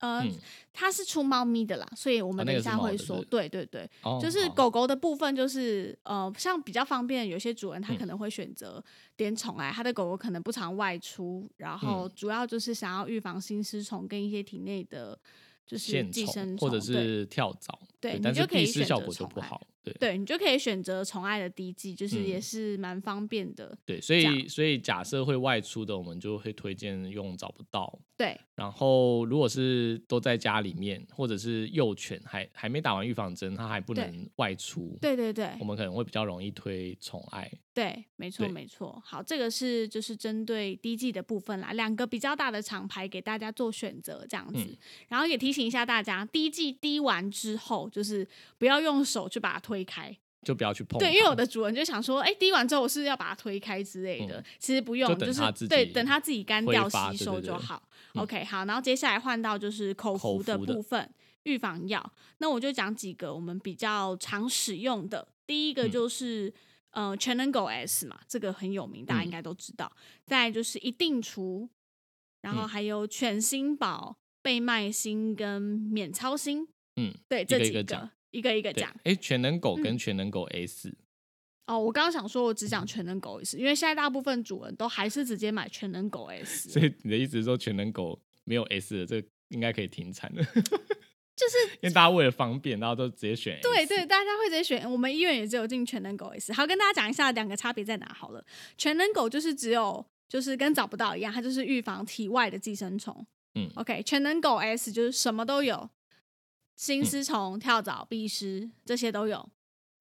[SPEAKER 1] 呃
[SPEAKER 2] 嗯，啊
[SPEAKER 1] 它是出猫咪的啦，所以我们
[SPEAKER 2] 那
[SPEAKER 1] 等一
[SPEAKER 2] 个是
[SPEAKER 1] 下
[SPEAKER 2] 猫
[SPEAKER 1] 会
[SPEAKER 2] 的
[SPEAKER 1] 说。
[SPEAKER 2] 对
[SPEAKER 1] 对对对，
[SPEAKER 2] 哦，
[SPEAKER 1] 就是
[SPEAKER 2] 好，
[SPEAKER 1] 狗狗的部分，就是呃，像比较方便，有些主人他
[SPEAKER 2] 嗯
[SPEAKER 1] 可能会选择点宠爱，他的狗狗可能不常外出，然后
[SPEAKER 2] 嗯
[SPEAKER 1] 主要就是想要预防心丝虫跟一些体内的，就是
[SPEAKER 2] 线
[SPEAKER 1] 寄生
[SPEAKER 2] 虫
[SPEAKER 1] 虫，
[SPEAKER 2] 或者
[SPEAKER 1] 对
[SPEAKER 2] 是跳蚤，
[SPEAKER 1] 对你
[SPEAKER 2] 但
[SPEAKER 1] 就是可以
[SPEAKER 2] 蜱虱
[SPEAKER 1] 选
[SPEAKER 2] 效
[SPEAKER 1] 择
[SPEAKER 2] 果就
[SPEAKER 1] 宠
[SPEAKER 2] 不
[SPEAKER 1] 爱
[SPEAKER 2] 好，对
[SPEAKER 1] 对，你就可以选择宠爱的滴剂，就是也
[SPEAKER 2] 嗯
[SPEAKER 1] 是蛮方便的，
[SPEAKER 2] 对，所以所以假设会外出的，我们就会推荐用找不到。
[SPEAKER 1] 对
[SPEAKER 2] 然后如果是都在家里面，或者是幼犬还还没打完预防针，它还不
[SPEAKER 1] 对
[SPEAKER 2] 能外出，
[SPEAKER 1] 对对对
[SPEAKER 2] 我们可能会比较容易推宠爱。
[SPEAKER 1] 对，没错
[SPEAKER 2] 对
[SPEAKER 1] 没错。好，这个是就是针对低剂的部分啦，两个比较大的厂牌给大家做选择这样子。
[SPEAKER 2] 嗯
[SPEAKER 1] 然后也提醒一下大家，低剂滴完之后，就是不要用手去把它推开。
[SPEAKER 2] 就不要去碰它。
[SPEAKER 1] 对，因为有的主人就想说，哎、滴完之后我是要把它推开之类的，
[SPEAKER 2] 嗯
[SPEAKER 1] 其实不用，
[SPEAKER 2] 就
[SPEAKER 1] 就
[SPEAKER 2] 等它自
[SPEAKER 1] 是
[SPEAKER 2] 己
[SPEAKER 1] 对，等它自己干掉
[SPEAKER 2] 挥发
[SPEAKER 1] 吸
[SPEAKER 2] 对
[SPEAKER 1] 收
[SPEAKER 2] 对对
[SPEAKER 1] 就
[SPEAKER 2] 对
[SPEAKER 1] 好。
[SPEAKER 2] 嗯
[SPEAKER 1] OK，好，然后接下来换到就是口
[SPEAKER 2] 口
[SPEAKER 1] 服的
[SPEAKER 2] 服的
[SPEAKER 1] 部分，预防药。那我就讲几个我们比较常使用的，第一个
[SPEAKER 2] 嗯
[SPEAKER 1] 就是。呃，全能狗 S 嘛，这个很有名，大家应
[SPEAKER 2] 嗯
[SPEAKER 1] 该都知道。再来就是一定除，然后
[SPEAKER 2] 嗯
[SPEAKER 1] 还有犬心宝、倍麦星跟免操星，
[SPEAKER 2] 嗯，
[SPEAKER 1] 对，这
[SPEAKER 2] 个一
[SPEAKER 1] 几
[SPEAKER 2] 个
[SPEAKER 1] 个
[SPEAKER 2] 讲
[SPEAKER 1] 一个一个
[SPEAKER 2] 对
[SPEAKER 1] 讲。，
[SPEAKER 2] 哎，全能狗跟
[SPEAKER 1] 嗯
[SPEAKER 2] 全能狗 S，
[SPEAKER 1] 哦，我刚刚想说，我只讲全能狗 S，因为现在大部分主人都还是直接买全能狗 S，
[SPEAKER 2] 所以你的意思是说全能狗没有 S 的，这个应该可以停产了，
[SPEAKER 1] 就是
[SPEAKER 2] 因为大家为了方便，大家都直接选 S。
[SPEAKER 1] 对对，大家会直接选。我们医院也只有进全能狗 S。好，跟大家讲一下两个差别在哪好了。全能狗就是只有就是跟找不到一样，它就是预防体外的寄生虫。
[SPEAKER 2] 嗯
[SPEAKER 1] ，OK，全能狗 S 就是什么都有，心丝虫、跳蚤、蜱虱这些都有。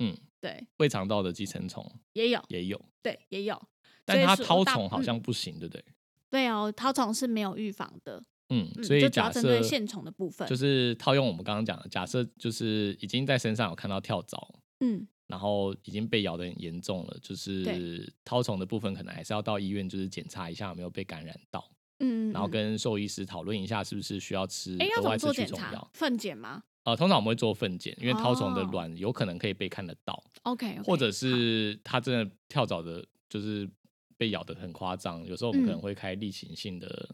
[SPEAKER 2] 嗯，
[SPEAKER 1] 对，
[SPEAKER 2] 胃肠道的寄生虫
[SPEAKER 1] 也有，
[SPEAKER 2] 也有，
[SPEAKER 1] 对，也有。
[SPEAKER 2] 但
[SPEAKER 1] 所以
[SPEAKER 2] 它
[SPEAKER 1] 说
[SPEAKER 2] 绦
[SPEAKER 1] 大
[SPEAKER 2] 虫好
[SPEAKER 1] 嗯
[SPEAKER 2] 像不行，对不对？
[SPEAKER 1] 对哦，绦虫是没有预防的，
[SPEAKER 2] 嗯，
[SPEAKER 1] 嗯
[SPEAKER 2] 所以
[SPEAKER 1] 就主要
[SPEAKER 2] 假
[SPEAKER 1] 针对
[SPEAKER 2] 设
[SPEAKER 1] 线虫的部分
[SPEAKER 2] 就是套用我们刚刚讲的，假设就是已经在身上有看到跳蚤，
[SPEAKER 1] 嗯，
[SPEAKER 2] 然后已经被咬得很严重了，就是绦虫的部分可能还是要到医院，就是检查一下有没有被感染到，
[SPEAKER 1] 嗯，
[SPEAKER 2] 然后
[SPEAKER 1] 嗯
[SPEAKER 2] 跟兽医师讨论一下是不是需要吃
[SPEAKER 1] 哎要
[SPEAKER 2] 额
[SPEAKER 1] 怎么
[SPEAKER 2] 外
[SPEAKER 1] 做
[SPEAKER 2] 吃驱
[SPEAKER 1] 检
[SPEAKER 2] 虫
[SPEAKER 1] 查
[SPEAKER 2] 药？。
[SPEAKER 1] 粪检吗
[SPEAKER 2] 呃，通常我们会做粪检，因为绦虫的
[SPEAKER 1] 哦
[SPEAKER 2] 卵有可能可以被看得到，
[SPEAKER 1] ？OK，
[SPEAKER 2] 或者是它真的跳蚤的，就是被咬得很夸张，有时候我们可能
[SPEAKER 1] 嗯
[SPEAKER 2] 会开例行性的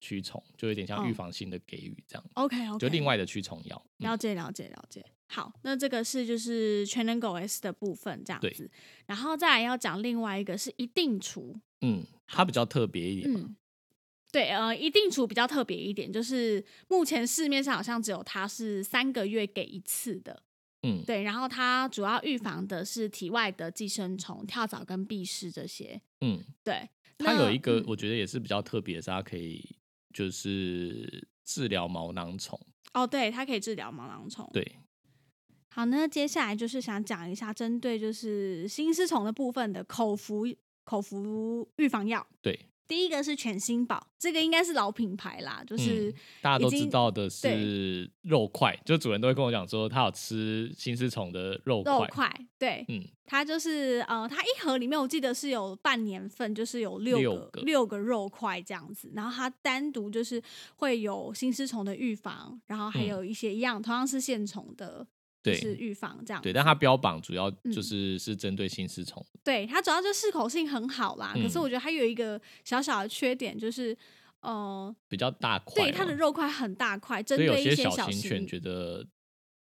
[SPEAKER 2] 驱虫，就有点像预
[SPEAKER 1] 哦
[SPEAKER 2] 防性的给予这样，
[SPEAKER 1] OK OK，
[SPEAKER 2] 就另外的驱虫药。嗯
[SPEAKER 1] 了解了解了解。好，那这个是就是全能狗 S 的部分这样
[SPEAKER 2] 对
[SPEAKER 1] 子，然后再来要讲另外一个是一定除，
[SPEAKER 2] 嗯，它比较特别一点嘛。
[SPEAKER 1] 嗯，对，呃，一定除比较特别一点，就是目前市面上好像只有它是三个月给一次的，
[SPEAKER 2] 嗯，
[SPEAKER 1] 对，然后它主要预防的是体外的寄生虫、跳蚤跟蜱虱这些，
[SPEAKER 2] 嗯，
[SPEAKER 1] 对，
[SPEAKER 2] 它有
[SPEAKER 1] 那
[SPEAKER 2] 一个
[SPEAKER 1] 嗯
[SPEAKER 2] 我觉得也是比较特别，是它可以就是治疗毛囊虫。
[SPEAKER 1] 哦，对，它可以治疗毛囊虫，
[SPEAKER 2] 对，
[SPEAKER 3] 好，那接下来就是想讲一下针对就是心丝虫的部分的口服口服预防药。
[SPEAKER 2] 对，
[SPEAKER 3] 第一个是全新宝，
[SPEAKER 1] 这个应该是老品牌啦，就是、
[SPEAKER 2] 嗯大家都
[SPEAKER 1] 已
[SPEAKER 2] 知
[SPEAKER 1] 经
[SPEAKER 2] 道的是肉块，就主人都会跟我讲说，他有吃心丝虫的肉块。
[SPEAKER 1] 肉块，对，
[SPEAKER 2] 嗯，
[SPEAKER 1] 它就是呃，它一盒里面我记得是有半年份，就是有六
[SPEAKER 2] 六
[SPEAKER 1] 个
[SPEAKER 2] 个
[SPEAKER 1] 个肉块这样子，然后它单独就是会有心丝虫的预防，然后还
[SPEAKER 2] 嗯
[SPEAKER 1] 有一些一样、同样是线虫的，就
[SPEAKER 2] 对
[SPEAKER 1] 是预防这样子。
[SPEAKER 2] 对，但它标榜主要
[SPEAKER 1] 嗯
[SPEAKER 2] 就是是针对心丝虫。
[SPEAKER 1] 对它主要就适口性很好啦，可是
[SPEAKER 2] 嗯
[SPEAKER 1] 我觉得它有一个小小的缺点就是，呃，
[SPEAKER 2] 比较大块嘛，
[SPEAKER 1] 对它的肉块很大块，针
[SPEAKER 2] 所以有
[SPEAKER 1] 对一
[SPEAKER 2] 小
[SPEAKER 1] 小
[SPEAKER 2] 型犬
[SPEAKER 1] 型
[SPEAKER 2] 觉得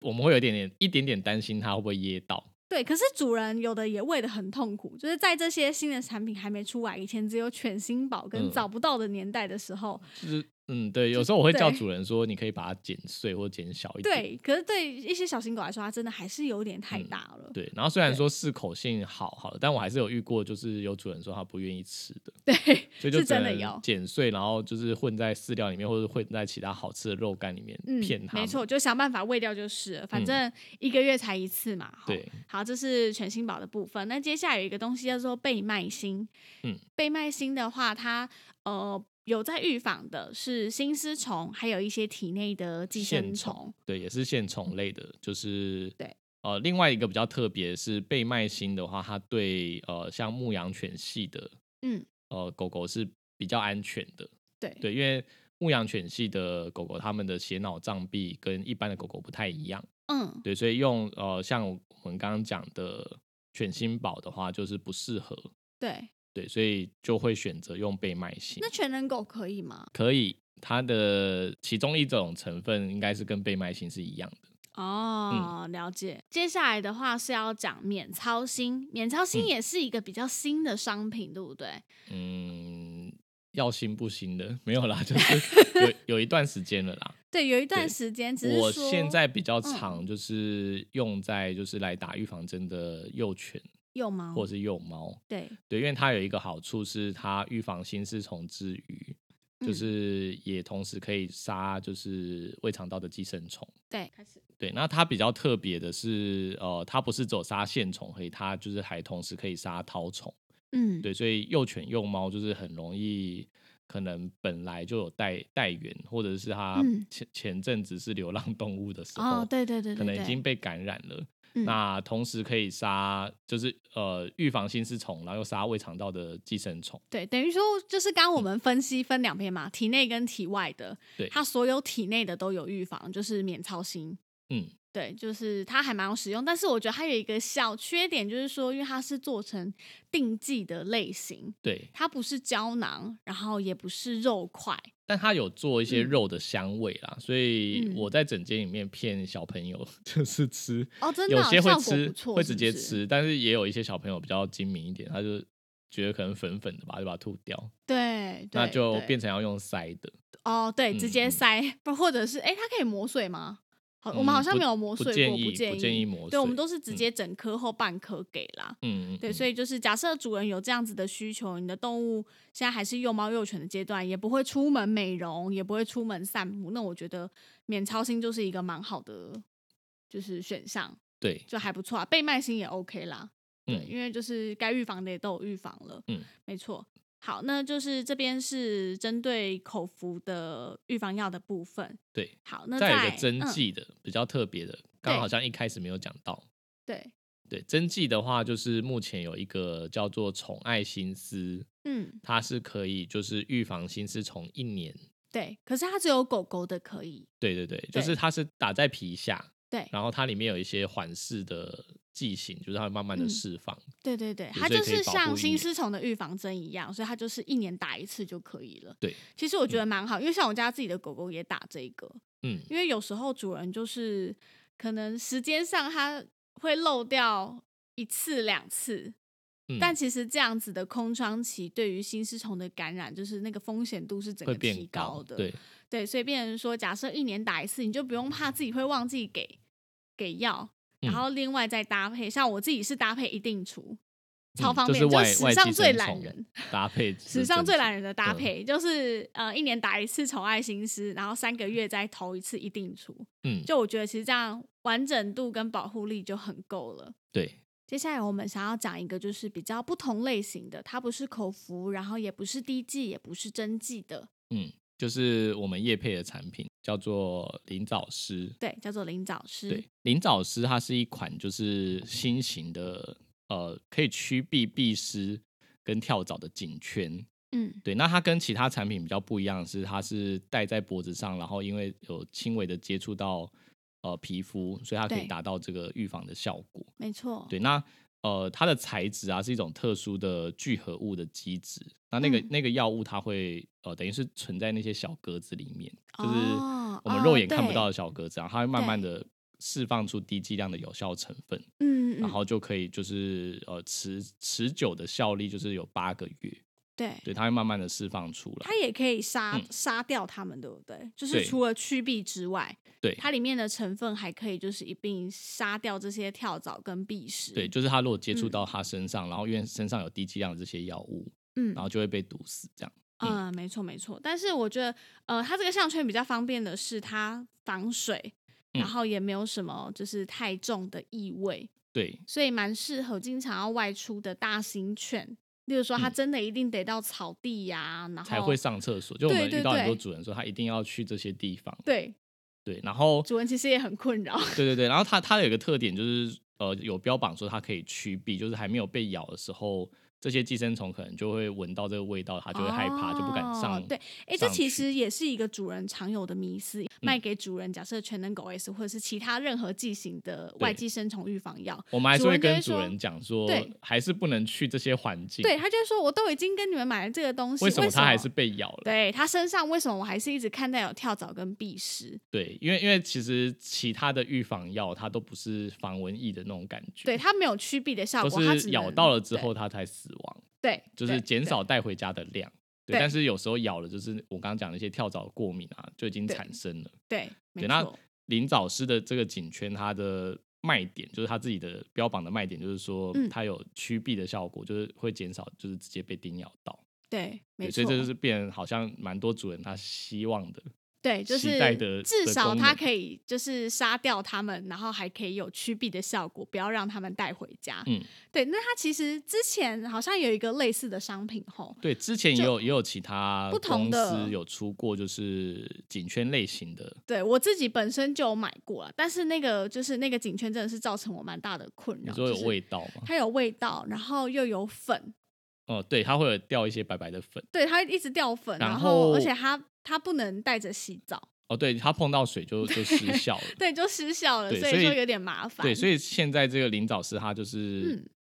[SPEAKER 2] 我们会有一点点一点点担心它会不会噎到。
[SPEAKER 1] 对，可是主人有的也喂的很痛苦，就是在这些新的产品还没出来，以前只有犬星宝跟
[SPEAKER 2] 嗯
[SPEAKER 1] 找不到的年代的时候，
[SPEAKER 2] 就是嗯，对，有时候我会叫
[SPEAKER 1] 对
[SPEAKER 2] 主人说，你可以把它剪碎或剪小一点。
[SPEAKER 1] 对，可是对一些小型狗来说，它真的还是有点太
[SPEAKER 2] 嗯
[SPEAKER 1] 大了。
[SPEAKER 2] 对，然后虽然
[SPEAKER 1] 对
[SPEAKER 2] 说适口性好好了，但我还是有遇过，就是有主人说他不愿意吃的，
[SPEAKER 1] 对，
[SPEAKER 2] 所以就是只
[SPEAKER 1] 真的
[SPEAKER 2] 能
[SPEAKER 1] 有
[SPEAKER 2] 剪碎，然后就是混在饲料里面，或者混在其他好吃的肉干里面
[SPEAKER 1] 嗯，
[SPEAKER 2] 骗他。嗯
[SPEAKER 1] 没错，，就想办法喂掉就是了，反正一个月才一次嘛。吼
[SPEAKER 2] 对，
[SPEAKER 1] 好，这是犬星宝的部分。那接下来有一个东西叫做贝麦星，
[SPEAKER 2] 嗯，
[SPEAKER 1] 贝麦星的话，它呃有在预防的是心丝虫，还有一些体内的寄生
[SPEAKER 2] 线虫
[SPEAKER 1] 虫。
[SPEAKER 2] 对，也是线虫类的，就是
[SPEAKER 1] 对。
[SPEAKER 2] 呃，另外一个比较特别是贝麦星的话，它对呃像牧羊犬系的
[SPEAKER 1] 嗯，
[SPEAKER 2] 呃狗狗是比较安全的，
[SPEAKER 1] 对，
[SPEAKER 2] 对，因为牧羊犬系的狗狗它们的血脑障壁跟一般的狗狗不太一样。
[SPEAKER 1] 嗯，
[SPEAKER 2] 对，所以用呃，像我们刚刚讲的犬心宝的话，就是不适合，
[SPEAKER 1] 对。
[SPEAKER 2] 对，所以就会选择用贝麦星
[SPEAKER 1] 那。全能狗可以吗？
[SPEAKER 2] 可以，它的其中一种成分应该是跟贝麦星是一样的。
[SPEAKER 1] 哦，
[SPEAKER 2] 嗯
[SPEAKER 1] 了解。接下来的话是要讲免操心，免操心
[SPEAKER 2] 嗯
[SPEAKER 1] 也是一个比较新的商品，对不对？
[SPEAKER 2] 嗯，要新不新的没有啦，就是有 有一段时间了啦。
[SPEAKER 1] 对，有一段
[SPEAKER 2] 对
[SPEAKER 1] 时间只是
[SPEAKER 2] 我
[SPEAKER 1] 说
[SPEAKER 2] 现在比较
[SPEAKER 1] 嗯
[SPEAKER 2] 常就是用在就是来打预防针的幼犬
[SPEAKER 1] 有吗？
[SPEAKER 2] 或是幼猫，
[SPEAKER 1] 对，
[SPEAKER 2] 对，因为它有一个好处是它预防心丝虫之余，就
[SPEAKER 1] 嗯
[SPEAKER 2] 是也同时可以杀就是胃肠道的寄生虫。
[SPEAKER 1] 对，开始
[SPEAKER 2] 对，那它比较特别的是，呃，它不是只有杀线虫，可以它就是还同时可以杀绦虫。
[SPEAKER 1] 嗯，
[SPEAKER 2] 对，所以幼犬、幼猫就是很容易。可能本来就有带带源，或者是它
[SPEAKER 1] 嗯
[SPEAKER 2] 前、前阵子是流浪动物的时候，
[SPEAKER 1] 哦，对对对对，
[SPEAKER 2] 可能已
[SPEAKER 1] 对
[SPEAKER 2] 经被感染了。
[SPEAKER 1] 嗯
[SPEAKER 2] 那同时可以杀，就是呃预防心丝虫，然后又杀胃肠道的寄生虫。
[SPEAKER 1] 对，等于说就是刚刚我们分析分两篇嘛，体内跟体外的，
[SPEAKER 2] 嗯对
[SPEAKER 1] 它所有体内的都有预防，就是免操心。
[SPEAKER 2] 嗯，
[SPEAKER 1] 对，就是它还蛮好使用，但是我觉得它有一个小缺点，就是说，因为它是做成定剂的类型，
[SPEAKER 2] 对，
[SPEAKER 1] 它不是胶囊，然后也不是肉块，
[SPEAKER 2] 但它有做一些
[SPEAKER 1] 嗯
[SPEAKER 2] 肉的香味啦，所以
[SPEAKER 1] 嗯
[SPEAKER 2] 我在整间里面骗小朋友 就是吃，
[SPEAKER 1] 哦，真的
[SPEAKER 2] 有
[SPEAKER 1] 哦、
[SPEAKER 2] 些会
[SPEAKER 1] 效果
[SPEAKER 2] 吃
[SPEAKER 1] 不错，
[SPEAKER 2] 会
[SPEAKER 1] 是
[SPEAKER 2] 直
[SPEAKER 1] 不
[SPEAKER 2] 接
[SPEAKER 1] 是。
[SPEAKER 2] 吃，但是也有一些小朋友比较精明一点，他就觉得可能粉粉的吧，就把它吐掉，
[SPEAKER 1] 对，
[SPEAKER 2] 那
[SPEAKER 1] 对
[SPEAKER 2] 就
[SPEAKER 1] 对
[SPEAKER 2] 变成要用塞的，
[SPEAKER 1] 哦，对，直
[SPEAKER 2] 嗯
[SPEAKER 1] 接
[SPEAKER 2] 嗯
[SPEAKER 1] 塞， 不、或者是哎，它可以磨碎吗？好，哦我们好
[SPEAKER 2] 嗯
[SPEAKER 1] 像
[SPEAKER 2] 不
[SPEAKER 1] 没有磨
[SPEAKER 2] 不
[SPEAKER 1] 碎
[SPEAKER 2] 建
[SPEAKER 1] 过，
[SPEAKER 2] 议
[SPEAKER 1] 建
[SPEAKER 2] 不建议磨
[SPEAKER 1] 对，我
[SPEAKER 2] 碎
[SPEAKER 1] 们都是直
[SPEAKER 2] 嗯
[SPEAKER 1] 接整颗或半颗给啦。
[SPEAKER 2] 嗯，嗯
[SPEAKER 1] 对，
[SPEAKER 2] 嗯
[SPEAKER 1] 所以就是假设主人有这样子的需求，你的动物现在还是幼猫幼犬的阶段，也不会出门美容，也不会出门散步，那我觉得免操心就是一个蛮好的就是选项，
[SPEAKER 2] 对，
[SPEAKER 1] 就还不错啊。被卖心也 OK 啦，对，
[SPEAKER 2] 嗯
[SPEAKER 1] 因为就是该预防的也都有预防了，
[SPEAKER 2] 嗯，
[SPEAKER 1] 没错。好，那就是这边是针对口服的预防药的部分。
[SPEAKER 2] 对，
[SPEAKER 1] 好，那
[SPEAKER 2] 再
[SPEAKER 1] 再
[SPEAKER 2] 有一个针
[SPEAKER 1] 嗯
[SPEAKER 2] 剂的、比较特别的，刚
[SPEAKER 1] 对
[SPEAKER 2] 好像一开始没有讲到。
[SPEAKER 1] 对，
[SPEAKER 2] 对针剂的话，就是目前有一个叫做宠爱心丝，
[SPEAKER 1] 嗯，
[SPEAKER 2] 它是可以就是预防心丝虫一年。
[SPEAKER 1] 对。可是它只有狗狗的可以，
[SPEAKER 2] 对对对，就是它是打在皮下，
[SPEAKER 1] 对，
[SPEAKER 2] 然后它里面有一些缓释的剂型，就是它会慢慢的
[SPEAKER 1] 嗯
[SPEAKER 2] 释放。
[SPEAKER 1] 对对对，
[SPEAKER 2] 对
[SPEAKER 1] 它
[SPEAKER 2] 所以
[SPEAKER 1] 就
[SPEAKER 2] 可以
[SPEAKER 1] 是
[SPEAKER 2] 保
[SPEAKER 1] 像
[SPEAKER 2] 护一
[SPEAKER 1] 心
[SPEAKER 2] 年
[SPEAKER 1] 丝虫的预防针一样，所以它就是一年打一次就可以了。
[SPEAKER 2] 对，
[SPEAKER 1] 其实我觉得蛮好，因为像我家自己的狗狗也打这个，
[SPEAKER 2] 嗯，
[SPEAKER 1] 因为有时候主人就是可能时间上它会漏掉一次两次，
[SPEAKER 2] 嗯
[SPEAKER 1] 但其实这样子的空窗期对于心丝虫的感染，就是那个风险度是整
[SPEAKER 2] 会
[SPEAKER 1] 个
[SPEAKER 2] 变
[SPEAKER 1] 提高的。
[SPEAKER 2] 对，
[SPEAKER 1] 对，所以变成说，假设一年打一次，你就不用怕自己会忘记给给药，然
[SPEAKER 2] 嗯
[SPEAKER 1] 后另外再搭配，像我自己是搭配一定除，超
[SPEAKER 2] 嗯
[SPEAKER 1] 方
[SPEAKER 2] 就
[SPEAKER 1] 便，
[SPEAKER 2] 是外
[SPEAKER 1] 史
[SPEAKER 2] 外
[SPEAKER 1] 上
[SPEAKER 2] 寄
[SPEAKER 1] 最
[SPEAKER 2] 生
[SPEAKER 1] 懒
[SPEAKER 2] 虫
[SPEAKER 1] 人，
[SPEAKER 2] 搭配
[SPEAKER 1] 史上最懒人
[SPEAKER 2] 人。
[SPEAKER 1] 的搭
[SPEAKER 2] 嗯
[SPEAKER 1] 配、就是呃一年打一次宠爱心师，然后三个月再投一次一定除，
[SPEAKER 2] 嗯，
[SPEAKER 1] 就我觉得其实这样完整度跟保护力就很够了。
[SPEAKER 2] 对，
[SPEAKER 1] 接下来我们想要讲一个，就是比较不同类型的，它不是口服，然后也不是滴剂，也不是针剂的，
[SPEAKER 2] 嗯，就是我们叶配的产品叫做林藻丝。
[SPEAKER 1] 对，叫做灵藻师。
[SPEAKER 2] 对，灵藻丝它是一款就是新型的，呃，可以驱避壁虱跟跳蚤的颈圈。
[SPEAKER 1] 嗯，
[SPEAKER 2] 对，那它跟其他产品比较不一样的是，它是戴在脖子上，然后因为有轻微的接触到呃皮肤，所以它可以
[SPEAKER 1] 对
[SPEAKER 2] 达到这个预防的效果。
[SPEAKER 1] 没错。
[SPEAKER 2] 对，那呃，它的材质啊是一种特殊的聚合物的基质。那那个、
[SPEAKER 1] 嗯
[SPEAKER 2] 那个药物，它会呃，等于是存在那些小格子里面，就是
[SPEAKER 1] 哦
[SPEAKER 2] 我们
[SPEAKER 1] 哦
[SPEAKER 2] 肉眼看不
[SPEAKER 1] 对
[SPEAKER 2] 到的小格子，然后它会慢慢的释放出低剂量的有效成分，
[SPEAKER 1] 嗯，
[SPEAKER 2] 然
[SPEAKER 1] 嗯
[SPEAKER 2] 后就可以就是呃持持久的效力就是有八个月，
[SPEAKER 1] 对，
[SPEAKER 2] 对，它会慢慢的释放出来
[SPEAKER 1] 它。也可以杀
[SPEAKER 2] 嗯
[SPEAKER 1] 杀掉它们，对不对？就
[SPEAKER 2] 对
[SPEAKER 1] 是除了驱避之外，
[SPEAKER 2] 对
[SPEAKER 1] 它里面的成分还可以就是一并杀掉这些跳蚤跟蜱虱。
[SPEAKER 2] 对，就是它如果接触
[SPEAKER 1] 嗯
[SPEAKER 2] 到它身上，然后因为身上有低剂量的这些药物，
[SPEAKER 1] 嗯
[SPEAKER 2] 然后就会被毒死这样。
[SPEAKER 1] 嗯，没错没错。但是我觉得，呃，它这个项圈比较方便的是它防水，
[SPEAKER 2] 嗯
[SPEAKER 1] 然后也没有什么就是太重的异味，
[SPEAKER 2] 对，
[SPEAKER 1] 所以蛮适合经常要外出的大型犬。例如说，它
[SPEAKER 2] 嗯
[SPEAKER 1] 真的一定得到草地呀、然后
[SPEAKER 2] 才会上厕所。就我们
[SPEAKER 1] 对
[SPEAKER 2] 遇到很多
[SPEAKER 1] 对
[SPEAKER 2] 主人说，他一定要去这些地方。
[SPEAKER 1] 对
[SPEAKER 2] 对，然后
[SPEAKER 1] 主人其实也很困扰。
[SPEAKER 2] 对对对，然后它它有一个特点就是，呃，有标榜说它可以驱避，就是还没有被咬的时候，这些寄生虫可能就会闻到这个味道，它就会害怕，就不敢
[SPEAKER 1] 哦
[SPEAKER 2] 上。
[SPEAKER 1] 对，哎，这
[SPEAKER 2] 上
[SPEAKER 1] 其
[SPEAKER 2] 去嗯
[SPEAKER 1] 实也是一个主人常有的迷思，卖给主人，假设全能狗 S 或者是其他任何剂型的外
[SPEAKER 2] 对
[SPEAKER 1] 寄生虫预防药，
[SPEAKER 2] 我们还是
[SPEAKER 1] 主
[SPEAKER 2] 会
[SPEAKER 1] 人就
[SPEAKER 2] 跟
[SPEAKER 1] 会
[SPEAKER 2] 主
[SPEAKER 1] 说
[SPEAKER 2] 人讲说
[SPEAKER 1] 对，
[SPEAKER 2] 还是不能去这些环境。
[SPEAKER 1] 对，他就会说，我都已经跟你们买了这个东西，
[SPEAKER 2] 为
[SPEAKER 1] 为
[SPEAKER 2] 什么它还是？被咬了？
[SPEAKER 1] 对他身上为什么我还是一直看到有跳蚤跟蜱虱？
[SPEAKER 2] 对，因为因为其实其他的预防药它都不是防蚊疫的那种感觉，
[SPEAKER 1] 对，它没有驱避的效
[SPEAKER 2] 都
[SPEAKER 1] 果，它只
[SPEAKER 2] 是咬
[SPEAKER 1] 能
[SPEAKER 2] 到了之后，它才死亡。
[SPEAKER 1] 对，
[SPEAKER 2] 就
[SPEAKER 1] 对
[SPEAKER 2] 是减。
[SPEAKER 1] 对
[SPEAKER 2] 少带回家的量。对，
[SPEAKER 1] 对
[SPEAKER 2] 但是有时候咬了，就是我刚刚讲的一些跳蚤过敏啊，就已经
[SPEAKER 1] 对
[SPEAKER 2] 产生了。
[SPEAKER 1] 对，没
[SPEAKER 2] 对那
[SPEAKER 1] 错，
[SPEAKER 2] 林藻丝的这个颈圈，它的卖点就是它自己的标榜的卖点，就是说
[SPEAKER 1] 嗯
[SPEAKER 2] 它有驱避的效果，就是会减少就是直接被叮咬到。
[SPEAKER 1] 对，没
[SPEAKER 2] 对，
[SPEAKER 1] 错
[SPEAKER 2] 所以，这就是变成好像蛮多主人他希望的。
[SPEAKER 1] 对，就
[SPEAKER 2] 期
[SPEAKER 1] 是
[SPEAKER 2] 待的
[SPEAKER 1] 至
[SPEAKER 2] 的
[SPEAKER 1] 少
[SPEAKER 2] 功
[SPEAKER 1] 它
[SPEAKER 2] 能
[SPEAKER 1] 可以就是杀掉它们，然后还可以有驱避的效果，不要让它们带回家。
[SPEAKER 2] 嗯，
[SPEAKER 1] 对。那它其实之前好像有一个类似的商品吼，
[SPEAKER 2] 对，之前
[SPEAKER 1] 就
[SPEAKER 2] 也有也有其他
[SPEAKER 1] 不同
[SPEAKER 2] 公
[SPEAKER 1] 的
[SPEAKER 2] 司有出过，就是颈圈类型的。
[SPEAKER 1] 对我自己本身就有买过了，但是那个就是那个颈圈真的是造成我蛮大的困
[SPEAKER 2] 你
[SPEAKER 1] 扰，
[SPEAKER 2] 说有味
[SPEAKER 1] 道，
[SPEAKER 2] 道吗？
[SPEAKER 1] 它有味道，然后又有粉，
[SPEAKER 2] 哦、对，它会有掉一些白白的粉。
[SPEAKER 1] 对，它一直掉粉，
[SPEAKER 2] 然
[SPEAKER 1] 后
[SPEAKER 2] 后
[SPEAKER 1] 而且它它不能带着洗澡，
[SPEAKER 2] 哦，对，它碰到水就就失效了。
[SPEAKER 1] 对，就失效了，
[SPEAKER 2] 对
[SPEAKER 1] 所
[SPEAKER 2] 所
[SPEAKER 1] 以
[SPEAKER 2] 以
[SPEAKER 1] 说有点麻烦。
[SPEAKER 2] 对，所以现在这个林早师他就是
[SPEAKER 1] 嗯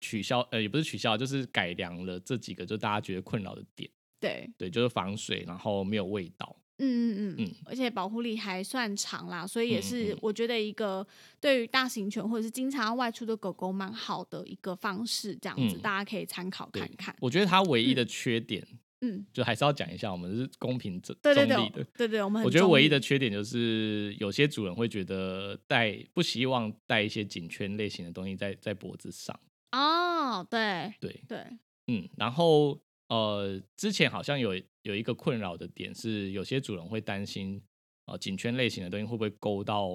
[SPEAKER 2] 取消，呃，也不是取消，就是改良了这几个就大家觉得困扰的点。
[SPEAKER 1] 对，
[SPEAKER 2] 对，就是防水，然后没有味道。
[SPEAKER 1] 嗯嗯嗯
[SPEAKER 2] 嗯，
[SPEAKER 1] 而且保护力还算长啦，所以也
[SPEAKER 2] 嗯嗯
[SPEAKER 1] 是
[SPEAKER 2] 嗯
[SPEAKER 1] 我觉得一个对于大型犬或者是经常外出的狗狗蛮好的一个方式，这样子、
[SPEAKER 2] 嗯
[SPEAKER 1] 大家可以参考
[SPEAKER 2] 对
[SPEAKER 1] 看看。
[SPEAKER 2] 我觉得它唯一的缺点，
[SPEAKER 1] 嗯，
[SPEAKER 2] 就还是要讲一下，我们是公平中
[SPEAKER 1] 对对
[SPEAKER 2] 中立
[SPEAKER 1] 对
[SPEAKER 2] 的。
[SPEAKER 1] 对对，我们很
[SPEAKER 2] 我觉得
[SPEAKER 1] 中
[SPEAKER 2] 唯一
[SPEAKER 1] 立
[SPEAKER 2] 的缺点就是，有些主人会觉得戴不希望戴一些颈圈类型的东西在在脖子上。
[SPEAKER 1] 哦，对
[SPEAKER 2] 对，
[SPEAKER 1] 对，
[SPEAKER 2] 嗯，然后呃，之前好像有有一个困扰的点是，有些主人会担心，呃，颈圈类型的东西会不会勾到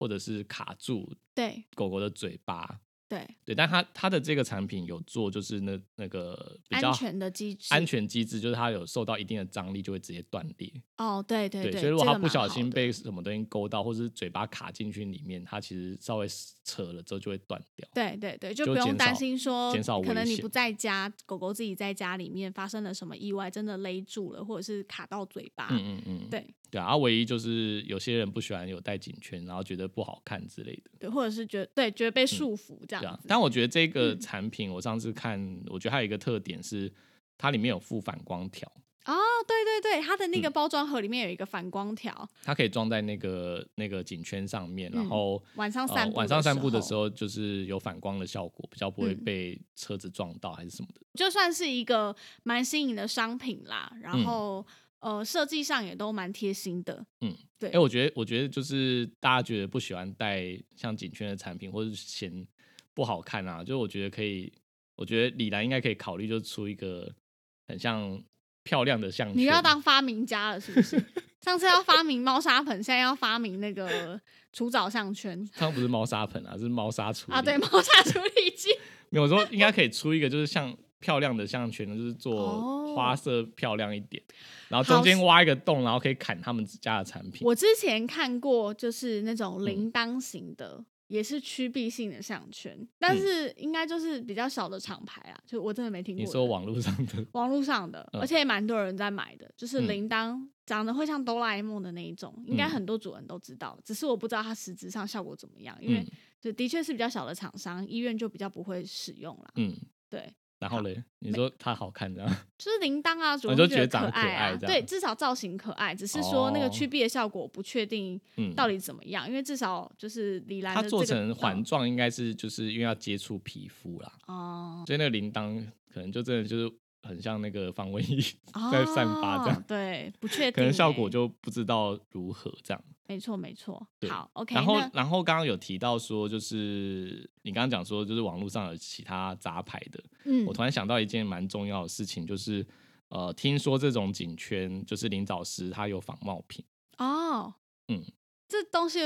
[SPEAKER 2] 或者是卡住
[SPEAKER 1] 对
[SPEAKER 2] 狗狗的嘴巴？
[SPEAKER 1] 对，
[SPEAKER 2] 对，但它它的这个产品有做，就是那那个比较
[SPEAKER 1] 安全的机制，
[SPEAKER 2] 安全机制，就是它有受到一定的张力就会直接断裂。
[SPEAKER 1] 哦，对对对，
[SPEAKER 2] 所以如果
[SPEAKER 1] 这
[SPEAKER 2] 它
[SPEAKER 1] 个
[SPEAKER 2] 不
[SPEAKER 1] 蛮
[SPEAKER 2] 小
[SPEAKER 1] 好
[SPEAKER 2] 心
[SPEAKER 1] 的
[SPEAKER 2] 被什么东西勾到，或是嘴巴卡进去里面，它其实稍微扯了之后就会断掉。
[SPEAKER 1] 对对对，就
[SPEAKER 2] 就
[SPEAKER 1] 不用
[SPEAKER 2] 减
[SPEAKER 1] 担
[SPEAKER 2] 少
[SPEAKER 1] 心说
[SPEAKER 2] 减少
[SPEAKER 1] 可
[SPEAKER 2] 危
[SPEAKER 1] 能你
[SPEAKER 2] 险
[SPEAKER 1] 不在家，狗狗自己在家里面发生了什么意外，真的勒住了，或者是卡到嘴巴，
[SPEAKER 2] 嗯嗯嗯，
[SPEAKER 1] 对
[SPEAKER 2] 对啊，啊唯一就是有些人不喜欢有戴颈圈，然后觉得不好看之类的，
[SPEAKER 1] 对，或者是觉得对觉得被束缚这
[SPEAKER 2] 对
[SPEAKER 1] 样
[SPEAKER 2] 啊
[SPEAKER 1] 子。。嗯
[SPEAKER 2] 但我觉得这个产品，我上次看，我觉得它有一个特点是，它里面有附反光条，
[SPEAKER 1] 哦，对对对，它的
[SPEAKER 2] 嗯
[SPEAKER 1] 那个包装盒里面有一个反光条，
[SPEAKER 2] 它可以装在那个那个颈圈上面，然
[SPEAKER 1] 嗯
[SPEAKER 2] 后、
[SPEAKER 1] 晚上
[SPEAKER 2] 呃
[SPEAKER 1] 散步
[SPEAKER 2] 晚上散步的
[SPEAKER 1] 的
[SPEAKER 2] 时
[SPEAKER 1] 候，
[SPEAKER 2] 候就是有反光的效果，比较不会
[SPEAKER 1] 嗯
[SPEAKER 2] 被车子撞到还是什么的。
[SPEAKER 1] 就算是一个蛮新颖的商品啦。然
[SPEAKER 2] 嗯
[SPEAKER 1] 后、呃，设计上也都蛮贴心的。
[SPEAKER 2] 嗯，
[SPEAKER 1] 对。
[SPEAKER 2] 哎、我觉得，我觉得就是大家觉得不喜欢戴像颈圈的产品，或者是嫌不好看啊，就我觉得可以，我觉得李兰应该可以考虑，就出一个很像漂亮的项圈。
[SPEAKER 1] 你要当发明家了是不 是？上次要发明猫砂盆，现在要发明那个除藻项圈
[SPEAKER 2] 它不是猫砂盆啊，是猫砂处
[SPEAKER 1] 啊，
[SPEAKER 2] 理
[SPEAKER 1] 对，，猫砂处理 机。
[SPEAKER 2] 没有我说应该可以出一个，就是像漂亮的项圈，就是
[SPEAKER 1] 哦
[SPEAKER 2] 做花色漂亮一点，然后
[SPEAKER 1] 好
[SPEAKER 2] 中间挖一个洞，然后可以砍他们家的产品。
[SPEAKER 1] 我之前看过，就是那
[SPEAKER 2] 嗯
[SPEAKER 1] 种铃铛型的，也是趋避性的项圈，
[SPEAKER 2] 嗯
[SPEAKER 1] 但是应该就是比较小的厂牌啊，就我真的没听过的。
[SPEAKER 2] 你说网络上的，
[SPEAKER 1] 网络上的，
[SPEAKER 2] 嗯
[SPEAKER 1] 而且也蛮多人在买的，就是
[SPEAKER 2] 嗯
[SPEAKER 1] 铃铛。长得会像哆啦 A 梦的那一种，应该
[SPEAKER 2] 嗯
[SPEAKER 1] 很多主人都知道，只是我不知道它实质上效果怎么样，因为
[SPEAKER 2] 嗯
[SPEAKER 1] 就的确是比较小的厂商，医院就比较不会使用啦。
[SPEAKER 2] 嗯，
[SPEAKER 1] 对，
[SPEAKER 2] 然后嘞，你说它好看这 样，
[SPEAKER 1] 就是铃铛啊，主
[SPEAKER 2] 哦你
[SPEAKER 1] 人
[SPEAKER 2] 就
[SPEAKER 1] 觉
[SPEAKER 2] 觉得
[SPEAKER 1] 可
[SPEAKER 2] 长得可
[SPEAKER 1] 爱啊，
[SPEAKER 2] 爱这样
[SPEAKER 1] 对，至少造型可爱，只是说那个
[SPEAKER 2] 哦
[SPEAKER 1] 去避的效果不确定
[SPEAKER 2] 嗯，
[SPEAKER 1] 到底怎么样，因为至少就是李兰
[SPEAKER 2] 它
[SPEAKER 1] 的
[SPEAKER 2] 做
[SPEAKER 1] 这个嗯
[SPEAKER 2] 成环状，应该是就是因为要接触皮肤啦，
[SPEAKER 1] 哦
[SPEAKER 2] 所以那个铃铛可能就真的就是很像那个防蚊液在散发这样，
[SPEAKER 1] 哦对，不确定欸，
[SPEAKER 2] 可能效果就不知道如何这样。
[SPEAKER 1] 没错没错。
[SPEAKER 2] 对
[SPEAKER 1] 好，OK，
[SPEAKER 2] 然后
[SPEAKER 1] 那，
[SPEAKER 2] 然后刚刚有提到说，就是你刚刚讲说，就是网络上有其他杂牌的，
[SPEAKER 1] 嗯
[SPEAKER 2] 我突然想到一件蛮重要的事情，就是呃，听说这种颈圈就是林早师他有仿冒品，
[SPEAKER 1] 哦，
[SPEAKER 2] 嗯，
[SPEAKER 1] 这东西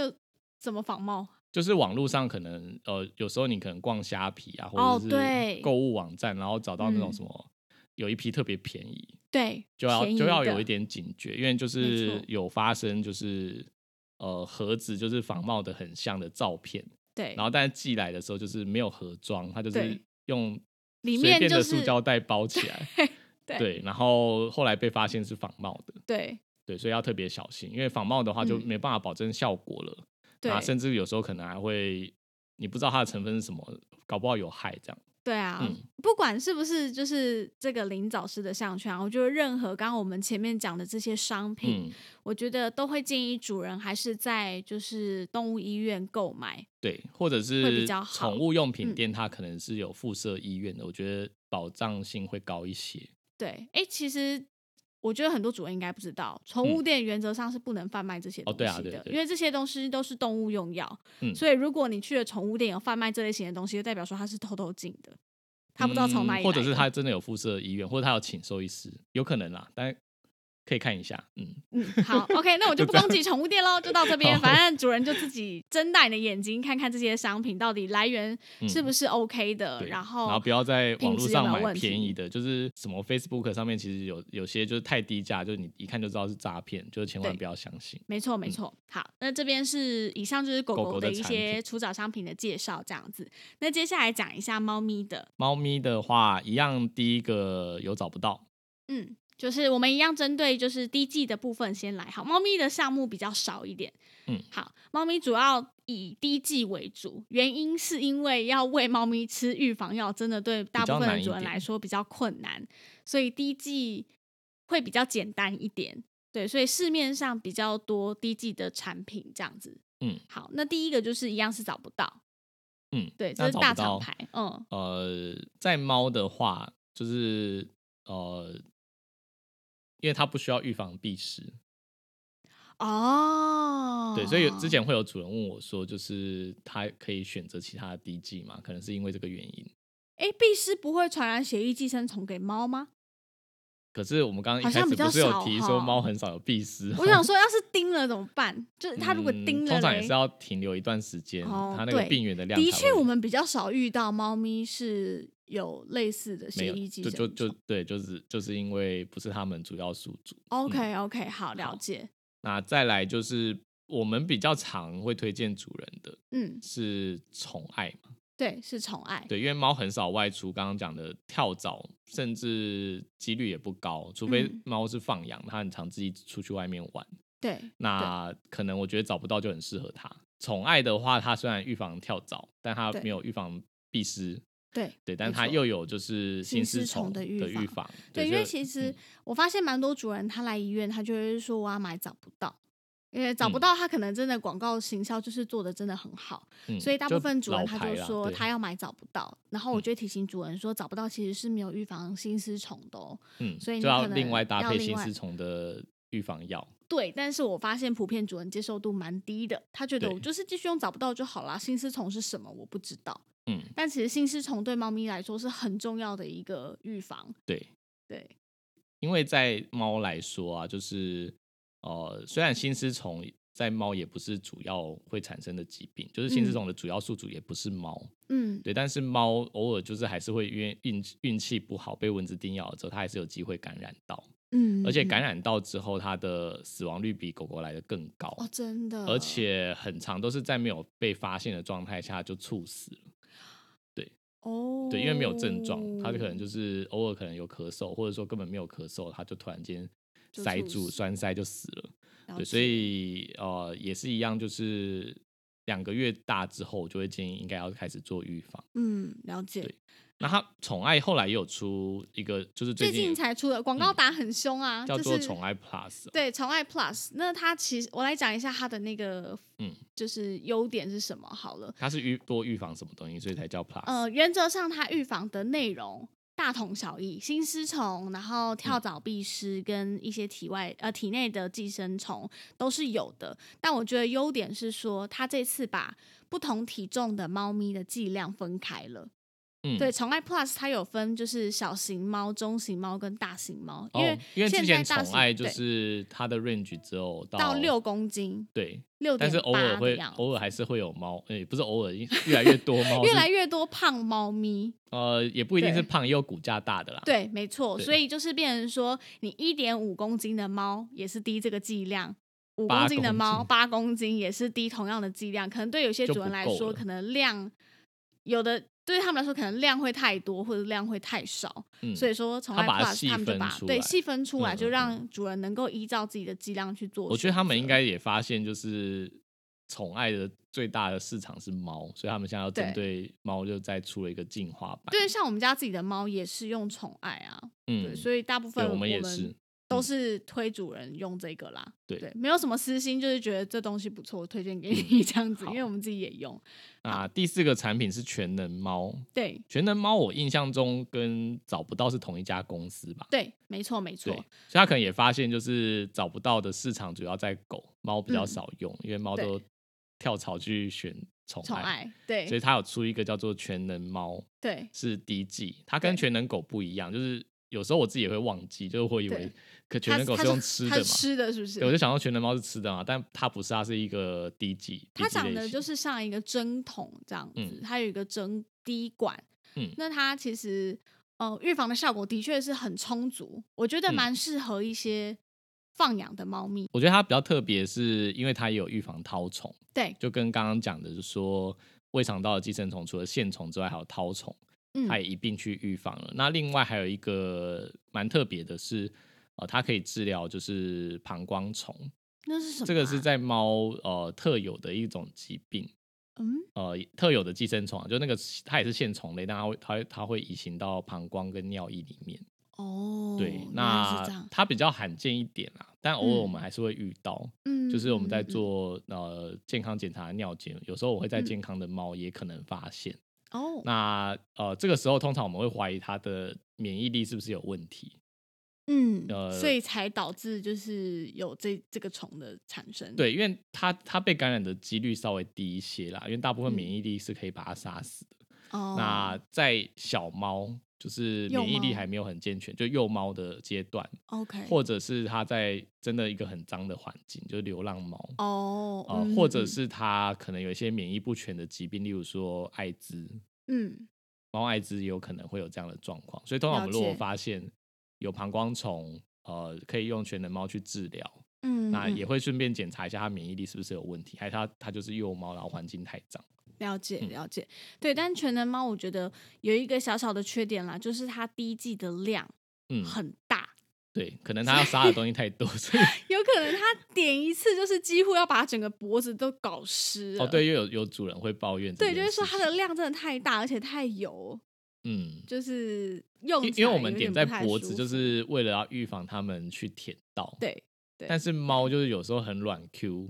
[SPEAKER 1] 怎么仿冒？
[SPEAKER 2] 就是网络上可能呃，有时候你可能逛虾皮啊，
[SPEAKER 1] 哦
[SPEAKER 2] 或者
[SPEAKER 1] 对
[SPEAKER 2] 是购物网站，然后找到那种
[SPEAKER 1] 嗯
[SPEAKER 2] 什么、有一批特别便宜，
[SPEAKER 1] 对，
[SPEAKER 2] 就要
[SPEAKER 1] 便宜
[SPEAKER 2] 就要有
[SPEAKER 1] 的
[SPEAKER 2] 一点警觉，因为就
[SPEAKER 1] 没
[SPEAKER 2] 是
[SPEAKER 1] 错
[SPEAKER 2] 有发生就是呃盒子就是仿冒的很像的照片，
[SPEAKER 1] 对，
[SPEAKER 2] 然后但是寄来的时候就是没有盒装，它就
[SPEAKER 1] 对
[SPEAKER 2] 是用
[SPEAKER 1] 里
[SPEAKER 2] 随
[SPEAKER 1] 面
[SPEAKER 2] 便
[SPEAKER 1] 就
[SPEAKER 2] 的
[SPEAKER 1] 是
[SPEAKER 2] 塑胶袋包起来，
[SPEAKER 1] 对
[SPEAKER 2] 对，然后后来被发现是仿冒的，
[SPEAKER 1] 对
[SPEAKER 2] 对，所以要特别小心，因为仿冒的话就
[SPEAKER 1] 嗯
[SPEAKER 2] 没办法保证效果了。
[SPEAKER 1] 对
[SPEAKER 2] 啊，甚至有时候可能还会你不知道它的成分是什么，搞不好有害这样。
[SPEAKER 1] 对啊，
[SPEAKER 2] 嗯
[SPEAKER 1] 不管是不是就是这个林早师的项圈啊，我觉得任何刚刚我们前面讲的这些商品，
[SPEAKER 2] 嗯，
[SPEAKER 1] 我觉得都会建议主人还是在就是动物医院购买。
[SPEAKER 2] 对，或者
[SPEAKER 1] 会比
[SPEAKER 2] 是
[SPEAKER 1] 较好嗯
[SPEAKER 2] 宠物用品店，它可能是有附设医院的，我觉得保障性会高一些。
[SPEAKER 1] 对，哎，其实我觉得很多主人应该不知道，宠物店原则上是不能贩卖这些
[SPEAKER 2] 嗯哦
[SPEAKER 1] 东西的，
[SPEAKER 2] 对啊对对对
[SPEAKER 1] 因为这些东西都是动物用药，
[SPEAKER 2] 嗯
[SPEAKER 1] 所以如果你去了宠物店有贩卖这类型的东西，就代表说他是偷偷进的，他不知道从哪里来
[SPEAKER 2] 嗯
[SPEAKER 1] 的、
[SPEAKER 2] 或者是他真的有附设医院，或者他有请兽医师，有可能啦，但可以看一下。嗯，
[SPEAKER 1] 嗯，好，OK，那我就不
[SPEAKER 2] 就这样
[SPEAKER 1] 攻击宠物店喽，就到这边。
[SPEAKER 2] 好
[SPEAKER 1] 反正主人就自己睁大你的眼睛，看看这些商品到底来源是不是 OK 的，
[SPEAKER 2] 嗯对，
[SPEAKER 1] 呃然
[SPEAKER 2] 然后
[SPEAKER 1] 后
[SPEAKER 2] 不要在网
[SPEAKER 1] 品
[SPEAKER 2] 络
[SPEAKER 1] 质有
[SPEAKER 2] 上
[SPEAKER 1] 没有
[SPEAKER 2] 买
[SPEAKER 1] 问题
[SPEAKER 2] 便宜的，就是什么 Facebook 上面其实有有些就是太低价，就是你一看就知道是诈骗，就是千万
[SPEAKER 1] 对
[SPEAKER 2] 不要相信。
[SPEAKER 1] 没错没错。好，那这边是以上就是狗
[SPEAKER 2] 嗯狗狗的
[SPEAKER 1] 的一
[SPEAKER 2] 产
[SPEAKER 1] 些
[SPEAKER 2] 品
[SPEAKER 1] 除藻商品的介绍，这样子。那接下来讲一下猫咪的，
[SPEAKER 2] 猫咪的话，一样第一个有找不到，
[SPEAKER 1] 嗯，就是我们一样针对就是低剂的部分先来。好，猫咪的项目比较少一点。
[SPEAKER 2] 嗯，
[SPEAKER 1] 好，猫咪主要以低剂为主，原因是因为要喂猫咪吃预防药，真的对大部分的主人来说比较困难，所以低剂会比较简单一点。对，所以市面上比较多低剂的产品这样子。
[SPEAKER 2] 嗯，
[SPEAKER 1] 好，那第一个就是一样是找不到，
[SPEAKER 2] 嗯，
[SPEAKER 1] 对，这
[SPEAKER 2] 那
[SPEAKER 1] 是
[SPEAKER 2] 找
[SPEAKER 1] 大
[SPEAKER 2] 不到
[SPEAKER 1] 厂牌，嗯，
[SPEAKER 2] 呃，在猫的话，就是呃，因为它不需要预防避食，
[SPEAKER 1] 哦，
[SPEAKER 2] 对，所以有之前会有主人问我说，就是它可以选择其他的滴剂嘛？可能是因为这个原因。
[SPEAKER 1] 哎，蜱虱不会传染血液寄生虫给猫 吗？
[SPEAKER 2] 可是我们刚刚
[SPEAKER 1] 好
[SPEAKER 2] 一开
[SPEAKER 1] 像
[SPEAKER 2] 始
[SPEAKER 1] 比较
[SPEAKER 2] 不是有
[SPEAKER 1] 少
[SPEAKER 2] 提
[SPEAKER 1] 哈
[SPEAKER 2] 说猫很少有闭丝，
[SPEAKER 1] 我想说，要是叮了怎么办？就是它如果
[SPEAKER 2] 嗯
[SPEAKER 1] 叮了嘞、
[SPEAKER 2] 通常也是要停留一段时间，
[SPEAKER 1] 哦
[SPEAKER 2] 它那个
[SPEAKER 1] 对
[SPEAKER 2] 病原的量
[SPEAKER 1] 的
[SPEAKER 2] 才
[SPEAKER 1] 确，
[SPEAKER 2] 会
[SPEAKER 1] 我们比较少遇到猫咪是有类似的
[SPEAKER 2] 没
[SPEAKER 1] 血
[SPEAKER 2] 有，
[SPEAKER 1] 液寄
[SPEAKER 2] 就
[SPEAKER 1] 生
[SPEAKER 2] 就
[SPEAKER 1] 虫。
[SPEAKER 2] 就对，就是就是因为不是他们主要宿主。
[SPEAKER 1] OK
[SPEAKER 2] 嗯
[SPEAKER 1] OK，好，了解。
[SPEAKER 2] 那再来就是我们比较常会推荐主人的
[SPEAKER 1] 嗯，
[SPEAKER 2] 是宠爱嘛，
[SPEAKER 1] 对，是宠爱。
[SPEAKER 2] 对，因为猫很少外出，刚刚讲的跳蚤，甚至几率也不高，除非
[SPEAKER 1] 嗯
[SPEAKER 2] 猫是放养，它很常自己出去外面玩。
[SPEAKER 1] 对
[SPEAKER 2] 那可能我觉得找不到就很适合它。宠爱的话，它虽然预防跳蚤，但它
[SPEAKER 1] 对
[SPEAKER 2] 没有预防蜱虱，
[SPEAKER 1] 对
[SPEAKER 2] 对，但
[SPEAKER 1] 没
[SPEAKER 2] 它
[SPEAKER 1] 错
[SPEAKER 2] 又有就是
[SPEAKER 1] 心
[SPEAKER 2] 心
[SPEAKER 1] 丝
[SPEAKER 2] 丝
[SPEAKER 1] 虫
[SPEAKER 2] 虫
[SPEAKER 1] 的
[SPEAKER 2] 的
[SPEAKER 1] 预
[SPEAKER 2] 预
[SPEAKER 1] 防
[SPEAKER 2] 防。
[SPEAKER 1] 对，因
[SPEAKER 2] 所以
[SPEAKER 1] 为其
[SPEAKER 2] 嗯
[SPEAKER 1] 实我发现蛮多主人他来医院，他就会说我要买找不到。因为找不
[SPEAKER 2] 嗯
[SPEAKER 1] 到，他可能真的广告行销就是做的真的很好，
[SPEAKER 2] 嗯
[SPEAKER 1] 所以大部分主人他
[SPEAKER 2] 老
[SPEAKER 1] 就
[SPEAKER 2] 牌啦
[SPEAKER 1] 说
[SPEAKER 2] 对嗯
[SPEAKER 1] 他要买找不到，然后我就会提醒主人说找不到其实是没有预防心丝虫的哦。
[SPEAKER 2] 嗯，
[SPEAKER 1] 所以你
[SPEAKER 2] 就要
[SPEAKER 1] 可能
[SPEAKER 2] 另外搭
[SPEAKER 1] 要
[SPEAKER 2] 配
[SPEAKER 1] 另
[SPEAKER 2] 心
[SPEAKER 1] 外
[SPEAKER 2] 丝虫的预防药。
[SPEAKER 1] 对，但是我发现普遍主人接受度蛮低的，他觉得
[SPEAKER 2] 对
[SPEAKER 1] 我就是继续用找不到就好啦。心丝虫是什么我不知道，
[SPEAKER 2] 嗯，
[SPEAKER 1] 但其实心丝虫对猫咪来说是很重要的一个预防。
[SPEAKER 2] 对，
[SPEAKER 1] 对，
[SPEAKER 2] 因为在猫来说啊，就是呃，虽然心丝虫在猫也不是主要会产生的疾病，就是心丝
[SPEAKER 1] 嗯
[SPEAKER 2] 虫的主要宿主也不是猫，
[SPEAKER 1] 嗯，
[SPEAKER 2] 对，但是猫偶尔就是还是会因为运运气不好被蚊子叮咬了之后，它还是有机会感染到，
[SPEAKER 1] 嗯，
[SPEAKER 2] 而且感
[SPEAKER 1] 染
[SPEAKER 2] 染到之后，它的死亡率比狗狗来的更高，
[SPEAKER 1] 哦，真的，
[SPEAKER 2] 而且很长都是在没有被发现的状态下就猝死了。
[SPEAKER 1] 哦，
[SPEAKER 2] 对，因为没有症状，它就可能
[SPEAKER 1] 嗯
[SPEAKER 2] 就是偶尔可能有咳嗽，或者说根本没有咳嗽，它就突然间
[SPEAKER 1] 就
[SPEAKER 2] 塞
[SPEAKER 1] 猝
[SPEAKER 2] 住、
[SPEAKER 1] 死
[SPEAKER 2] 栓塞就死了。
[SPEAKER 1] 了解
[SPEAKER 2] 对，所以呃也是一样，就是两个月大之后，我就会建议应该要开始做预防。
[SPEAKER 1] 嗯，了解
[SPEAKER 2] 对。那它宠爱后来也有出一个，就是
[SPEAKER 1] 最
[SPEAKER 2] 近
[SPEAKER 1] 近才出的广告
[SPEAKER 2] 嗯
[SPEAKER 1] 打很凶啊，
[SPEAKER 2] 叫
[SPEAKER 1] 就
[SPEAKER 2] 做
[SPEAKER 1] 是
[SPEAKER 2] 宠爱 Plus，哦
[SPEAKER 1] 对，宠爱 Plus，那它其实我来讲一下它的那个，
[SPEAKER 2] 嗯，
[SPEAKER 1] 就是优点是什么好了。
[SPEAKER 2] 它是预多预防什么东西，所以才叫 Plus。
[SPEAKER 1] 呃，原则上它预防的内容大同小异，心丝虫，然后
[SPEAKER 2] 嗯
[SPEAKER 1] 跳蚤、蜱虱跟一些体外呃体内的寄生虫都是有的。但我觉得优点是说，它这次把不同体重的猫咪的剂量分开了。
[SPEAKER 2] 嗯
[SPEAKER 1] 对，宠爱 Plus 它有分就是小型猫、中型猫跟大型猫，因
[SPEAKER 2] 哦
[SPEAKER 1] 为、
[SPEAKER 2] 因为之
[SPEAKER 1] 现
[SPEAKER 2] 前
[SPEAKER 1] 在大
[SPEAKER 2] 宠
[SPEAKER 1] 型
[SPEAKER 2] 爱就
[SPEAKER 1] 对
[SPEAKER 2] 是它的 range 只有
[SPEAKER 1] 到六公斤，
[SPEAKER 2] 对，
[SPEAKER 1] 六
[SPEAKER 2] 但
[SPEAKER 1] 点
[SPEAKER 2] 是偶尔
[SPEAKER 1] 八的
[SPEAKER 2] 会
[SPEAKER 1] 样子。
[SPEAKER 2] 偶尔还是会有猫，诶、不是偶尔，越来越多猫，
[SPEAKER 1] 越
[SPEAKER 2] 是
[SPEAKER 1] 来越多胖猫咪，
[SPEAKER 2] 呃，也不一定是
[SPEAKER 1] 对
[SPEAKER 2] 胖，也有骨架大的啦。，
[SPEAKER 1] 对，没错，
[SPEAKER 2] 对
[SPEAKER 1] 所以就是变成说，你一点五公斤的猫也是滴这个剂量，五
[SPEAKER 2] 八
[SPEAKER 1] 公斤的猫
[SPEAKER 2] 公斤
[SPEAKER 1] 八公斤也是滴同样的剂量。可能对有些
[SPEAKER 2] 就
[SPEAKER 1] 主人
[SPEAKER 2] 不
[SPEAKER 1] 来
[SPEAKER 2] 够
[SPEAKER 1] 说，
[SPEAKER 2] 了
[SPEAKER 1] 可能量有的对他们来说可能量会太多，或者量会太少。
[SPEAKER 2] 嗯，
[SPEAKER 1] 所以说，从
[SPEAKER 2] 他
[SPEAKER 1] 爱
[SPEAKER 2] 把它
[SPEAKER 1] plus
[SPEAKER 2] 细
[SPEAKER 1] 他们就
[SPEAKER 2] 分
[SPEAKER 1] 把
[SPEAKER 2] 出
[SPEAKER 1] 对
[SPEAKER 2] 来
[SPEAKER 1] 细分出来，
[SPEAKER 2] 嗯
[SPEAKER 1] 就
[SPEAKER 2] 嗯嗯
[SPEAKER 1] 让主人能够依照自己的剂量去做选择。
[SPEAKER 2] 我觉得他们应该也发现，就是宠爱的最大的市场是猫，所以他们现在要针对猫就再出了一个进化版。
[SPEAKER 1] 对，像我们家自己的猫也是用宠爱啊，对，
[SPEAKER 2] 嗯，
[SPEAKER 1] 所以大部分
[SPEAKER 2] 对我们也是。
[SPEAKER 1] 都是推主人用这个啦，
[SPEAKER 2] 嗯对嗯
[SPEAKER 1] 没有什么私心，就是觉得这东西不错，推荐给你这样子，
[SPEAKER 2] 好
[SPEAKER 1] 因为我们自己也用。
[SPEAKER 2] 啊，第四个产品是全能猫，
[SPEAKER 1] 对
[SPEAKER 2] 全能猫我印象中跟找不到是同一家公司吧？
[SPEAKER 1] 对，没错没
[SPEAKER 2] 对，
[SPEAKER 1] 错
[SPEAKER 2] 所以，他可能也发现，就是找不到的市场主要在狗，猫比较
[SPEAKER 1] 嗯
[SPEAKER 2] 少用，因为猫
[SPEAKER 1] 对
[SPEAKER 2] 都跳槽去选宠
[SPEAKER 1] 宠
[SPEAKER 2] 爱，
[SPEAKER 1] 爱
[SPEAKER 2] 所
[SPEAKER 1] 对
[SPEAKER 2] 以它有出一个叫做全能猫，
[SPEAKER 1] 对
[SPEAKER 2] 是低剂，它跟
[SPEAKER 1] 对
[SPEAKER 2] 全能狗不一样，就是有时候我自己也会忘记，就是我以为
[SPEAKER 1] 对
[SPEAKER 2] 可全能狗
[SPEAKER 1] 它
[SPEAKER 2] 是用吃
[SPEAKER 1] 它
[SPEAKER 2] 的
[SPEAKER 1] 是
[SPEAKER 2] 嘛，
[SPEAKER 1] 吃的是不
[SPEAKER 2] 对我
[SPEAKER 1] 是？
[SPEAKER 2] 就想到全能猫是吃的嘛，但它不是，它是一个低剂，
[SPEAKER 1] 它
[SPEAKER 2] 低剂
[SPEAKER 1] 长
[SPEAKER 2] 类
[SPEAKER 1] 得
[SPEAKER 2] 型
[SPEAKER 1] 就是像一个针筒这样子，
[SPEAKER 2] 嗯
[SPEAKER 1] 它有一个针滴管，
[SPEAKER 2] 嗯
[SPEAKER 1] 那它其实呃预防的效果的确是很充足，我觉得
[SPEAKER 2] 嗯
[SPEAKER 1] 蛮适合一些放养的猫咪。
[SPEAKER 2] 我觉得它比较特别，是因为它也有预防绦虫，
[SPEAKER 1] 对，
[SPEAKER 2] 就跟刚刚讲的，就是说胃肠道的寄生虫除了线虫之外，还有绦虫。
[SPEAKER 1] 嗯
[SPEAKER 2] 它也一并去预防了。那另外还有一个蛮特别的是，呃，它可以治疗就是膀胱虫，
[SPEAKER 3] 那是什么、啊
[SPEAKER 2] 这个
[SPEAKER 1] 啊
[SPEAKER 2] 是，在猫呃特有的一种疾病，
[SPEAKER 3] 嗯，
[SPEAKER 2] 呃特有的寄生虫啊，就那个它也是线虫类，但它会它会它会移行到膀胱跟尿液里面。
[SPEAKER 3] 哦，
[SPEAKER 2] 对，
[SPEAKER 3] 原来是这
[SPEAKER 2] 那
[SPEAKER 3] 样，
[SPEAKER 2] 它比较罕见一点啦，但偶尔我
[SPEAKER 3] 嗯
[SPEAKER 2] 们还是会遇到，
[SPEAKER 1] 嗯
[SPEAKER 2] 就是我们在
[SPEAKER 1] 嗯嗯
[SPEAKER 2] 做呃健康检查的尿检，有时候
[SPEAKER 3] 嗯
[SPEAKER 2] 我会在健康的猫也可能发现。
[SPEAKER 3] 哦，
[SPEAKER 2] 那呃这个时候通常我们会怀疑它的免疫力是不是有问题，
[SPEAKER 3] 嗯，
[SPEAKER 2] 呃，
[SPEAKER 1] 所以才导致就是有这这个虫的产生。，
[SPEAKER 2] 对，因为它它被感染的几率稍微低一些啦，因为大部分
[SPEAKER 1] 嗯
[SPEAKER 2] 免疫力是可以把它杀死的。
[SPEAKER 1] 哦，
[SPEAKER 2] 那在小猫就是
[SPEAKER 1] 幼
[SPEAKER 2] 免疫力
[SPEAKER 1] 猫
[SPEAKER 2] 还没有很健全，就幼猫的阶段，
[SPEAKER 1] OK，
[SPEAKER 2] 或者是它在真的一个很脏的环境，就是流浪猫。
[SPEAKER 1] 哦，
[SPEAKER 2] 呃，
[SPEAKER 1] 嗯
[SPEAKER 2] 或者是它可能有一些免疫不全的疾病，例如说艾滋，
[SPEAKER 1] 嗯
[SPEAKER 2] 猫艾滋也有可能会有这样的状况。所以通常我
[SPEAKER 1] 了
[SPEAKER 2] 们
[SPEAKER 1] 解
[SPEAKER 2] 如果发现有膀胱虫，呃，可以用全能猫去治疗，
[SPEAKER 1] 嗯，
[SPEAKER 2] 那
[SPEAKER 1] 嗯
[SPEAKER 2] 也会顺便检查一下它免疫力是不是有问题，还是它它就是幼猫，然后环境太脏。
[SPEAKER 1] 了解
[SPEAKER 2] 嗯
[SPEAKER 1] 了解，对，但全能猫我觉得有一个小小的缺点啦，就是它第一季的量
[SPEAKER 2] 嗯，
[SPEAKER 1] 很大，
[SPEAKER 2] 对，可能它要杀的东西 太多，所以
[SPEAKER 1] 有可能它点一次就是几乎要把整个脖子都搞湿了。
[SPEAKER 2] 哦，对，，又有有主人会抱怨这
[SPEAKER 1] 对，
[SPEAKER 2] 件事情，
[SPEAKER 1] 就是说它的量真的太大，而且太油，
[SPEAKER 2] 嗯。
[SPEAKER 1] 就是用
[SPEAKER 2] 因
[SPEAKER 1] 起
[SPEAKER 2] 因为
[SPEAKER 1] 来
[SPEAKER 2] 我们
[SPEAKER 1] 有
[SPEAKER 2] 点
[SPEAKER 1] 点
[SPEAKER 2] 在
[SPEAKER 1] 不太
[SPEAKER 2] 脖
[SPEAKER 1] 舒
[SPEAKER 2] 子，就
[SPEAKER 1] 服
[SPEAKER 2] 是为了要预防它们去舔到。
[SPEAKER 1] 对对
[SPEAKER 2] 但是猫就是有时候很软 Q，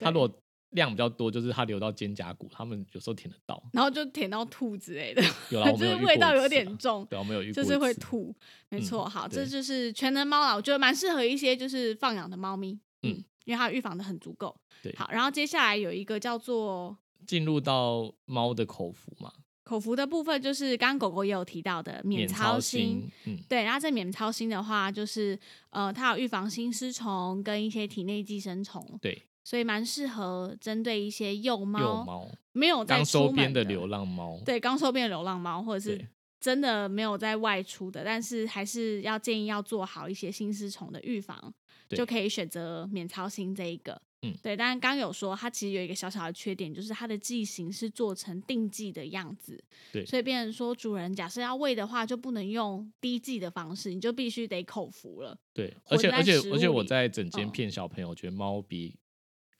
[SPEAKER 2] 它如
[SPEAKER 1] 对
[SPEAKER 2] 果量比较多，就是它流到肩胛骨，它们有时候舔得到。
[SPEAKER 1] 然后就舔到吐之类的，
[SPEAKER 2] 有啦，
[SPEAKER 1] 就
[SPEAKER 2] 我们
[SPEAKER 1] 是
[SPEAKER 2] 有遇
[SPEAKER 1] 味
[SPEAKER 2] 过
[SPEAKER 1] 道
[SPEAKER 2] 一
[SPEAKER 1] 有
[SPEAKER 2] 次
[SPEAKER 1] 点
[SPEAKER 2] 啊
[SPEAKER 1] 重，
[SPEAKER 2] 对，我们有遇过
[SPEAKER 1] 就
[SPEAKER 2] 一
[SPEAKER 1] 是会
[SPEAKER 2] 次。
[SPEAKER 1] 吐，没
[SPEAKER 2] 嗯
[SPEAKER 1] 错。好，这
[SPEAKER 2] 对
[SPEAKER 1] 就是全能猫啦，我觉得蛮适合一些就是放养的猫咪，嗯，
[SPEAKER 2] 嗯
[SPEAKER 1] 因为它预防的很足够。
[SPEAKER 2] 对
[SPEAKER 1] 好，然后接下来有一个叫做
[SPEAKER 2] 进入到猫的口服嘛，
[SPEAKER 1] 口服的部分，就是刚刚狗狗也有提到的免
[SPEAKER 2] 操
[SPEAKER 1] 操心。，
[SPEAKER 2] 嗯，
[SPEAKER 1] 对，然后这免操心的话，就是呃，它有预防心丝虫跟一些体内寄生虫，
[SPEAKER 2] 对，
[SPEAKER 1] 所以蛮适合针对一些幼猫、
[SPEAKER 2] 幼猫，
[SPEAKER 1] 没有在
[SPEAKER 2] 刚
[SPEAKER 1] 出
[SPEAKER 2] 收编
[SPEAKER 1] 门
[SPEAKER 2] 的流浪猫，
[SPEAKER 1] 对，刚收编的流浪猫，或者是
[SPEAKER 2] 对
[SPEAKER 1] 真的没有在外出的，但是还是要建议要做好一些心丝虫的预防，
[SPEAKER 2] 对
[SPEAKER 1] 就可以选择免操心这一个。
[SPEAKER 2] 嗯
[SPEAKER 1] 对。但是刚有说它其实有一个小小的缺点，就是它的剂型是做成定剂的样子，
[SPEAKER 2] 对
[SPEAKER 1] 所以变成说主人假设要喂的话，就不能用滴剂的方式，你就必须得口服了，
[SPEAKER 2] 对，而
[SPEAKER 1] 混
[SPEAKER 2] 且
[SPEAKER 1] 在
[SPEAKER 2] 而且
[SPEAKER 1] 食
[SPEAKER 2] 而且
[SPEAKER 1] 物
[SPEAKER 2] 我
[SPEAKER 1] 里
[SPEAKER 2] 在整间
[SPEAKER 1] 嗯
[SPEAKER 2] 骗小朋友，我觉得猫比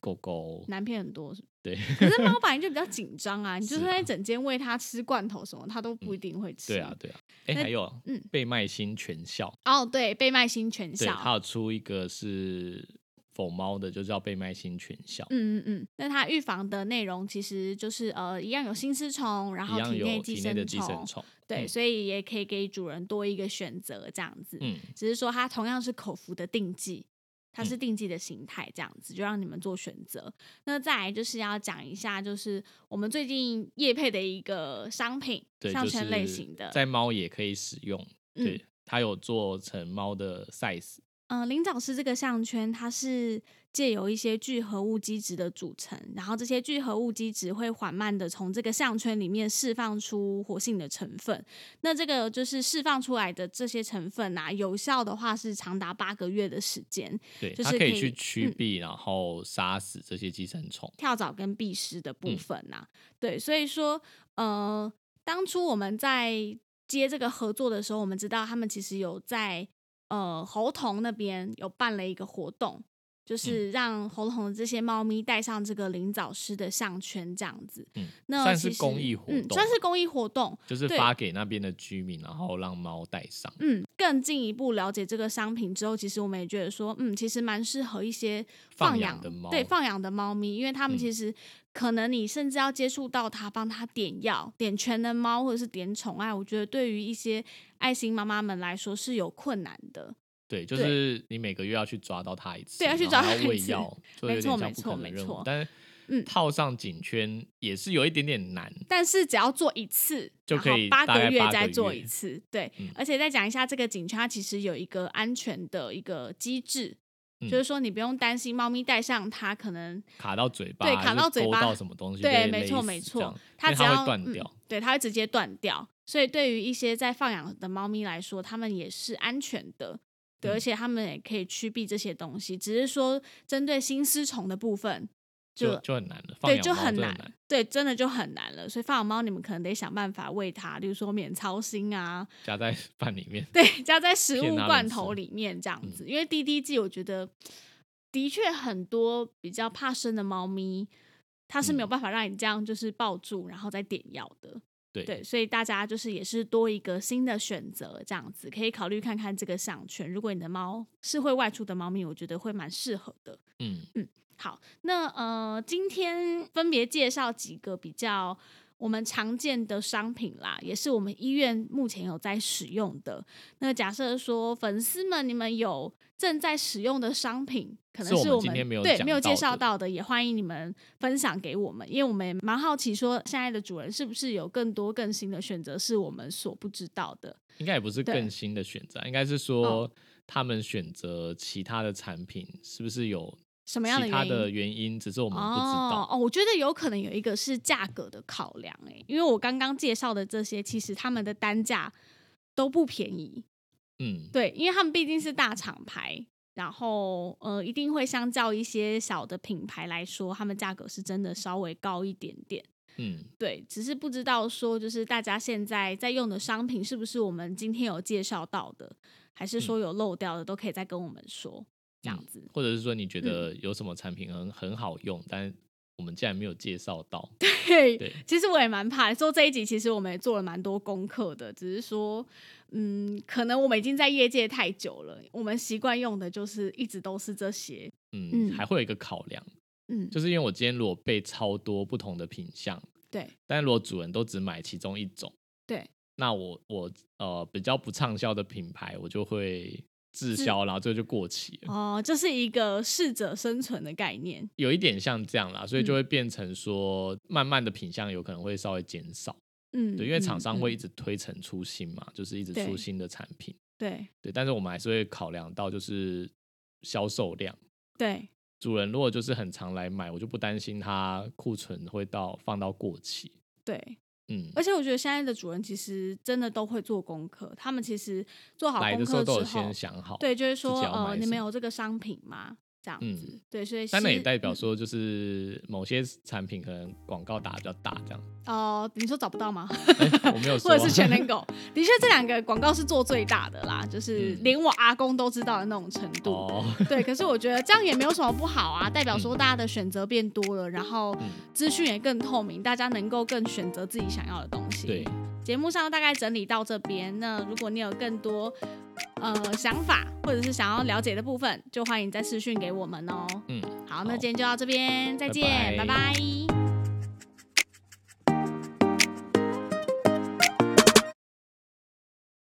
[SPEAKER 2] 狗狗
[SPEAKER 1] 难骗很多。是
[SPEAKER 2] 对
[SPEAKER 1] 可是猫本来就比较紧张啊，你就是算在
[SPEAKER 2] 啊嗯
[SPEAKER 1] 整间喂它吃罐头什么，它都不一定会吃。
[SPEAKER 2] 对啊，对啊，哎，
[SPEAKER 1] 那
[SPEAKER 2] 还有
[SPEAKER 1] 嗯
[SPEAKER 2] 贝麦星全效，
[SPEAKER 1] 哦，对，贝麦星全
[SPEAKER 2] 对，
[SPEAKER 1] 效，
[SPEAKER 2] 它有出一个是否猫的，就叫贝麦星全效。
[SPEAKER 1] 嗯嗯嗯，那它预防的内容其实就是呃，一样有心丝虫，嗯然
[SPEAKER 2] 一
[SPEAKER 1] 后
[SPEAKER 2] 样
[SPEAKER 1] 体
[SPEAKER 2] 有
[SPEAKER 1] 寄
[SPEAKER 2] 内的
[SPEAKER 1] 生
[SPEAKER 2] 寄生虫，
[SPEAKER 1] 对，
[SPEAKER 2] 嗯
[SPEAKER 1] 所以也可以给主人多一个选择这样子。
[SPEAKER 2] 嗯，
[SPEAKER 1] 只是说它同样是口服的定剂，它是定剂的形态这样子，就让你们做选择。那再来就是要讲一下，就是我们最近业配的一个商品，
[SPEAKER 2] 对，
[SPEAKER 1] 项
[SPEAKER 2] 就
[SPEAKER 1] 圈
[SPEAKER 2] 是
[SPEAKER 1] 类型的，
[SPEAKER 2] 在猫也可以使用，
[SPEAKER 1] 嗯
[SPEAKER 2] 对，它有做成猫的 size，
[SPEAKER 1] 嗯，灵长师这个项圈，它是借由一些聚合物基质的组成，然后这些聚合物基质会缓慢的从这个项圈里面释放出活性的成分。那这个就是释放出来的这些成分啊，有效的话是长达八个月的时间。
[SPEAKER 2] 对，
[SPEAKER 1] 就
[SPEAKER 2] 它
[SPEAKER 1] 是
[SPEAKER 2] 可
[SPEAKER 1] 可以
[SPEAKER 2] 去驱
[SPEAKER 1] 嗯
[SPEAKER 2] 避，然后杀死这些寄生虫。
[SPEAKER 1] 跳蚤跟蜱虱的部
[SPEAKER 2] 嗯
[SPEAKER 1] 分呐、对，所以说，呃，当初我们在接这个合作的时候，我们知道他们其实有在呃猴童那边有办了一个活动，
[SPEAKER 2] 嗯
[SPEAKER 1] 就是让猴童的这些猫咪戴上这个灵藻师的项圈，这样子。
[SPEAKER 2] 嗯，
[SPEAKER 1] 那
[SPEAKER 2] 算
[SPEAKER 1] 其
[SPEAKER 2] 是公
[SPEAKER 1] 实
[SPEAKER 2] 益活
[SPEAKER 1] 嗯，
[SPEAKER 2] 动
[SPEAKER 1] 算是公益活动。
[SPEAKER 2] 就是
[SPEAKER 1] 对
[SPEAKER 2] 发给那边的居民，然后让猫带上。
[SPEAKER 1] 嗯，更进一步了解这个商品之后，其实我们也觉得说，嗯，其实蛮适合一些
[SPEAKER 2] 放
[SPEAKER 1] 放
[SPEAKER 2] 养
[SPEAKER 1] 养
[SPEAKER 2] 的猫
[SPEAKER 1] 对放养的猫咪，因为它们
[SPEAKER 2] 嗯
[SPEAKER 1] 其实可能你甚至要接触到它，帮它点药、点全能猫或者是点宠爱，我觉得对于一些爱心妈妈们来说是有困难的。
[SPEAKER 2] 对，就
[SPEAKER 1] 对
[SPEAKER 2] 是你每个月要去抓到它一次，
[SPEAKER 1] 对要去
[SPEAKER 2] 然
[SPEAKER 1] 抓
[SPEAKER 2] 后还
[SPEAKER 1] 它
[SPEAKER 2] 要
[SPEAKER 1] 一
[SPEAKER 2] 喂
[SPEAKER 1] 次
[SPEAKER 2] 药，就
[SPEAKER 1] 没
[SPEAKER 2] 有
[SPEAKER 1] 错
[SPEAKER 2] 点像
[SPEAKER 1] 没
[SPEAKER 2] 不
[SPEAKER 1] 错
[SPEAKER 2] 可能
[SPEAKER 1] 没
[SPEAKER 2] 的任务
[SPEAKER 1] 错。
[SPEAKER 2] 但是
[SPEAKER 1] 嗯
[SPEAKER 2] 套上颈圈也是有一点点难。
[SPEAKER 1] 但是只要做一次，
[SPEAKER 2] 就可以
[SPEAKER 1] 然后八
[SPEAKER 2] 大概
[SPEAKER 1] 个月
[SPEAKER 2] 八个
[SPEAKER 1] 再做
[SPEAKER 2] 月
[SPEAKER 1] 一次，对。
[SPEAKER 2] 嗯
[SPEAKER 1] 而且再讲一下这个警圈，它其实有一个安全的一个机制，
[SPEAKER 2] 嗯
[SPEAKER 1] 就是说你不用担心猫咪戴上它可能
[SPEAKER 2] 卡到嘴巴，
[SPEAKER 1] 对
[SPEAKER 2] 还
[SPEAKER 1] 卡
[SPEAKER 2] 是
[SPEAKER 1] 到嘴
[SPEAKER 2] 勾
[SPEAKER 1] 巴
[SPEAKER 2] 到什么东西被
[SPEAKER 1] 对，
[SPEAKER 2] 勒死这样，
[SPEAKER 1] 没错没错，
[SPEAKER 2] 因
[SPEAKER 1] 只
[SPEAKER 2] 为它
[SPEAKER 1] 要
[SPEAKER 2] 会断
[SPEAKER 1] 嗯
[SPEAKER 2] 掉。
[SPEAKER 1] 对，它会直接断掉。所以对于一些在放养的猫咪来说，它们也是安全的，对，
[SPEAKER 2] 嗯
[SPEAKER 1] 而且它们也可以驱避这些东西。只是说针对心丝虫的部分，
[SPEAKER 2] 就
[SPEAKER 3] 就
[SPEAKER 2] 就很难了，放
[SPEAKER 1] 对，
[SPEAKER 2] 养
[SPEAKER 1] 就
[SPEAKER 2] 猫
[SPEAKER 1] 很
[SPEAKER 2] 真的
[SPEAKER 1] 难，对，真的就很难了。所以放养猫，你们可能得想办法喂它，例如说免操心啊，
[SPEAKER 2] 夹在 饭里面。
[SPEAKER 1] 对，加在食
[SPEAKER 2] 骗
[SPEAKER 1] 物
[SPEAKER 2] 它们嗯
[SPEAKER 1] 罐
[SPEAKER 2] 吃
[SPEAKER 1] 头里面这样子。因为第一季我觉得的确很多比较怕生的猫咪，它是没有
[SPEAKER 2] 嗯
[SPEAKER 1] 办法让你这样就是抱住然后再点药的。
[SPEAKER 2] 对
[SPEAKER 1] 对，所以大家就是也是多一个新的选择，这样子可以考虑看看这个项圈。如果你的猫是会外出的猫咪，我觉得会蛮适合的。
[SPEAKER 2] 嗯，
[SPEAKER 1] 好，那呃，今天分别介绍几个比较我们常见的商品啦，也是我们医院目前有在使用的。那假设说粉丝们你们有正在使用的商品，可能
[SPEAKER 2] 是我
[SPEAKER 1] 是
[SPEAKER 2] 们
[SPEAKER 1] 我
[SPEAKER 2] 今
[SPEAKER 1] 们
[SPEAKER 2] 天没有
[SPEAKER 1] 对
[SPEAKER 2] 讲
[SPEAKER 1] 没有介
[SPEAKER 2] 到
[SPEAKER 1] 绍
[SPEAKER 2] 的
[SPEAKER 1] 到的，也欢迎你们分享给我们，因为我们也蛮好奇说现在的主人是不是有更多更新的选择是我们所不知道的。
[SPEAKER 2] 应该也不是
[SPEAKER 1] 对
[SPEAKER 2] 更新的选择，啊应该是说
[SPEAKER 1] 哦
[SPEAKER 2] 他们选择其他的产品是不是有
[SPEAKER 1] 什么样的
[SPEAKER 2] 其他
[SPEAKER 1] 原因？
[SPEAKER 2] 的原因，只是我们不知道。
[SPEAKER 1] 哦。哦，我觉得有可能有一个是价格的考量、欸，因为我刚刚介绍的这些，其实他们的单价都不便宜，
[SPEAKER 2] 嗯，
[SPEAKER 1] 对，因为他们毕竟是大厂牌。然后，呃，一定会相较一些小的品牌来说，他们价格是真的稍微高一点点。
[SPEAKER 2] 嗯，
[SPEAKER 1] 对，只是不知道说，就是大家现在在用的商品是不是我们今天有介绍到的，还是说有漏掉的，都可以再跟我们说。这样
[SPEAKER 2] 嗯
[SPEAKER 1] 子，
[SPEAKER 2] 或者是说你觉得有什么产品很很好用，但我们竟然没有介绍到。
[SPEAKER 1] 对
[SPEAKER 2] 对，
[SPEAKER 1] 其实我也蛮怕做这一集，其实我们也做了蛮多功课的，只是说，嗯，可能我们已经在业界太久了，我们习惯用的就是一直都是这些，
[SPEAKER 2] 嗯，
[SPEAKER 1] 嗯
[SPEAKER 2] 还会有一个考量，
[SPEAKER 1] 嗯，
[SPEAKER 2] 就是因为我今天如果备超多不同的品相，
[SPEAKER 1] 对
[SPEAKER 2] 但如果主人都只买其中一种，
[SPEAKER 1] 对，
[SPEAKER 2] 那我我呃比较不畅销的品牌，我就会滞
[SPEAKER 1] 滞
[SPEAKER 2] 销，然后这就过期了，
[SPEAKER 1] 哦、这是一个适者生存的概念，
[SPEAKER 2] 有一点像这样啦，所以就
[SPEAKER 1] 嗯
[SPEAKER 2] 会变成说，慢慢的品相有可能会稍微减少，
[SPEAKER 1] 嗯，
[SPEAKER 2] 对，因为
[SPEAKER 1] 嗯
[SPEAKER 2] 厂商会一、
[SPEAKER 1] 嗯
[SPEAKER 2] 直推陈出新嘛，就是一直
[SPEAKER 1] 对
[SPEAKER 2] 出新的产品，
[SPEAKER 1] 对
[SPEAKER 2] 对，但是我们还是会考量到就是销售量。
[SPEAKER 1] 对
[SPEAKER 2] 主人如果就是很常来买，我就不担心他库存会到放到过期。
[SPEAKER 1] 对，
[SPEAKER 2] 嗯，
[SPEAKER 1] 而且我觉得现在的主人其实真的都会做功课，他们其实做好
[SPEAKER 2] 来
[SPEAKER 1] 功
[SPEAKER 2] 的时
[SPEAKER 1] 课
[SPEAKER 2] 候
[SPEAKER 1] 之
[SPEAKER 2] 都
[SPEAKER 1] 后
[SPEAKER 2] 有，先想好，
[SPEAKER 1] 对，就是
[SPEAKER 2] 自
[SPEAKER 1] 说，
[SPEAKER 2] 己要买
[SPEAKER 1] 呃，你
[SPEAKER 2] 什
[SPEAKER 1] 们
[SPEAKER 2] 么
[SPEAKER 1] 有这个商品吗？这样
[SPEAKER 2] 嗯
[SPEAKER 1] 子，对，所以
[SPEAKER 2] 但那
[SPEAKER 1] 是
[SPEAKER 2] 也代表
[SPEAKER 1] 嗯
[SPEAKER 2] 说，就是某些产品可能广告打得比较大，这样。
[SPEAKER 1] 哦、你说找不到吗？
[SPEAKER 2] 哎我没有说
[SPEAKER 1] 或
[SPEAKER 2] 啊，
[SPEAKER 1] 者是全能 狗，的确这两个广告是做最大的啦，就是
[SPEAKER 2] 嗯
[SPEAKER 1] 连我阿公都知道的那种程度。
[SPEAKER 2] 哦，
[SPEAKER 1] 对，可是我觉得这样也没有什么不好啊，代表说大家的选择变多了，然后
[SPEAKER 2] 嗯
[SPEAKER 1] 资讯也更透明，大家能够更选择自己想要的东西。
[SPEAKER 2] 对，
[SPEAKER 1] 节目上大概整理到这边。那如果你有更多呃想法，或者是想要了解的部分，就欢迎再私讯给我们哦。
[SPEAKER 2] 嗯，
[SPEAKER 1] 好，那
[SPEAKER 2] 好
[SPEAKER 1] 今天就到这边，再见，
[SPEAKER 2] 拜
[SPEAKER 1] 拜
[SPEAKER 2] 拜
[SPEAKER 1] 拜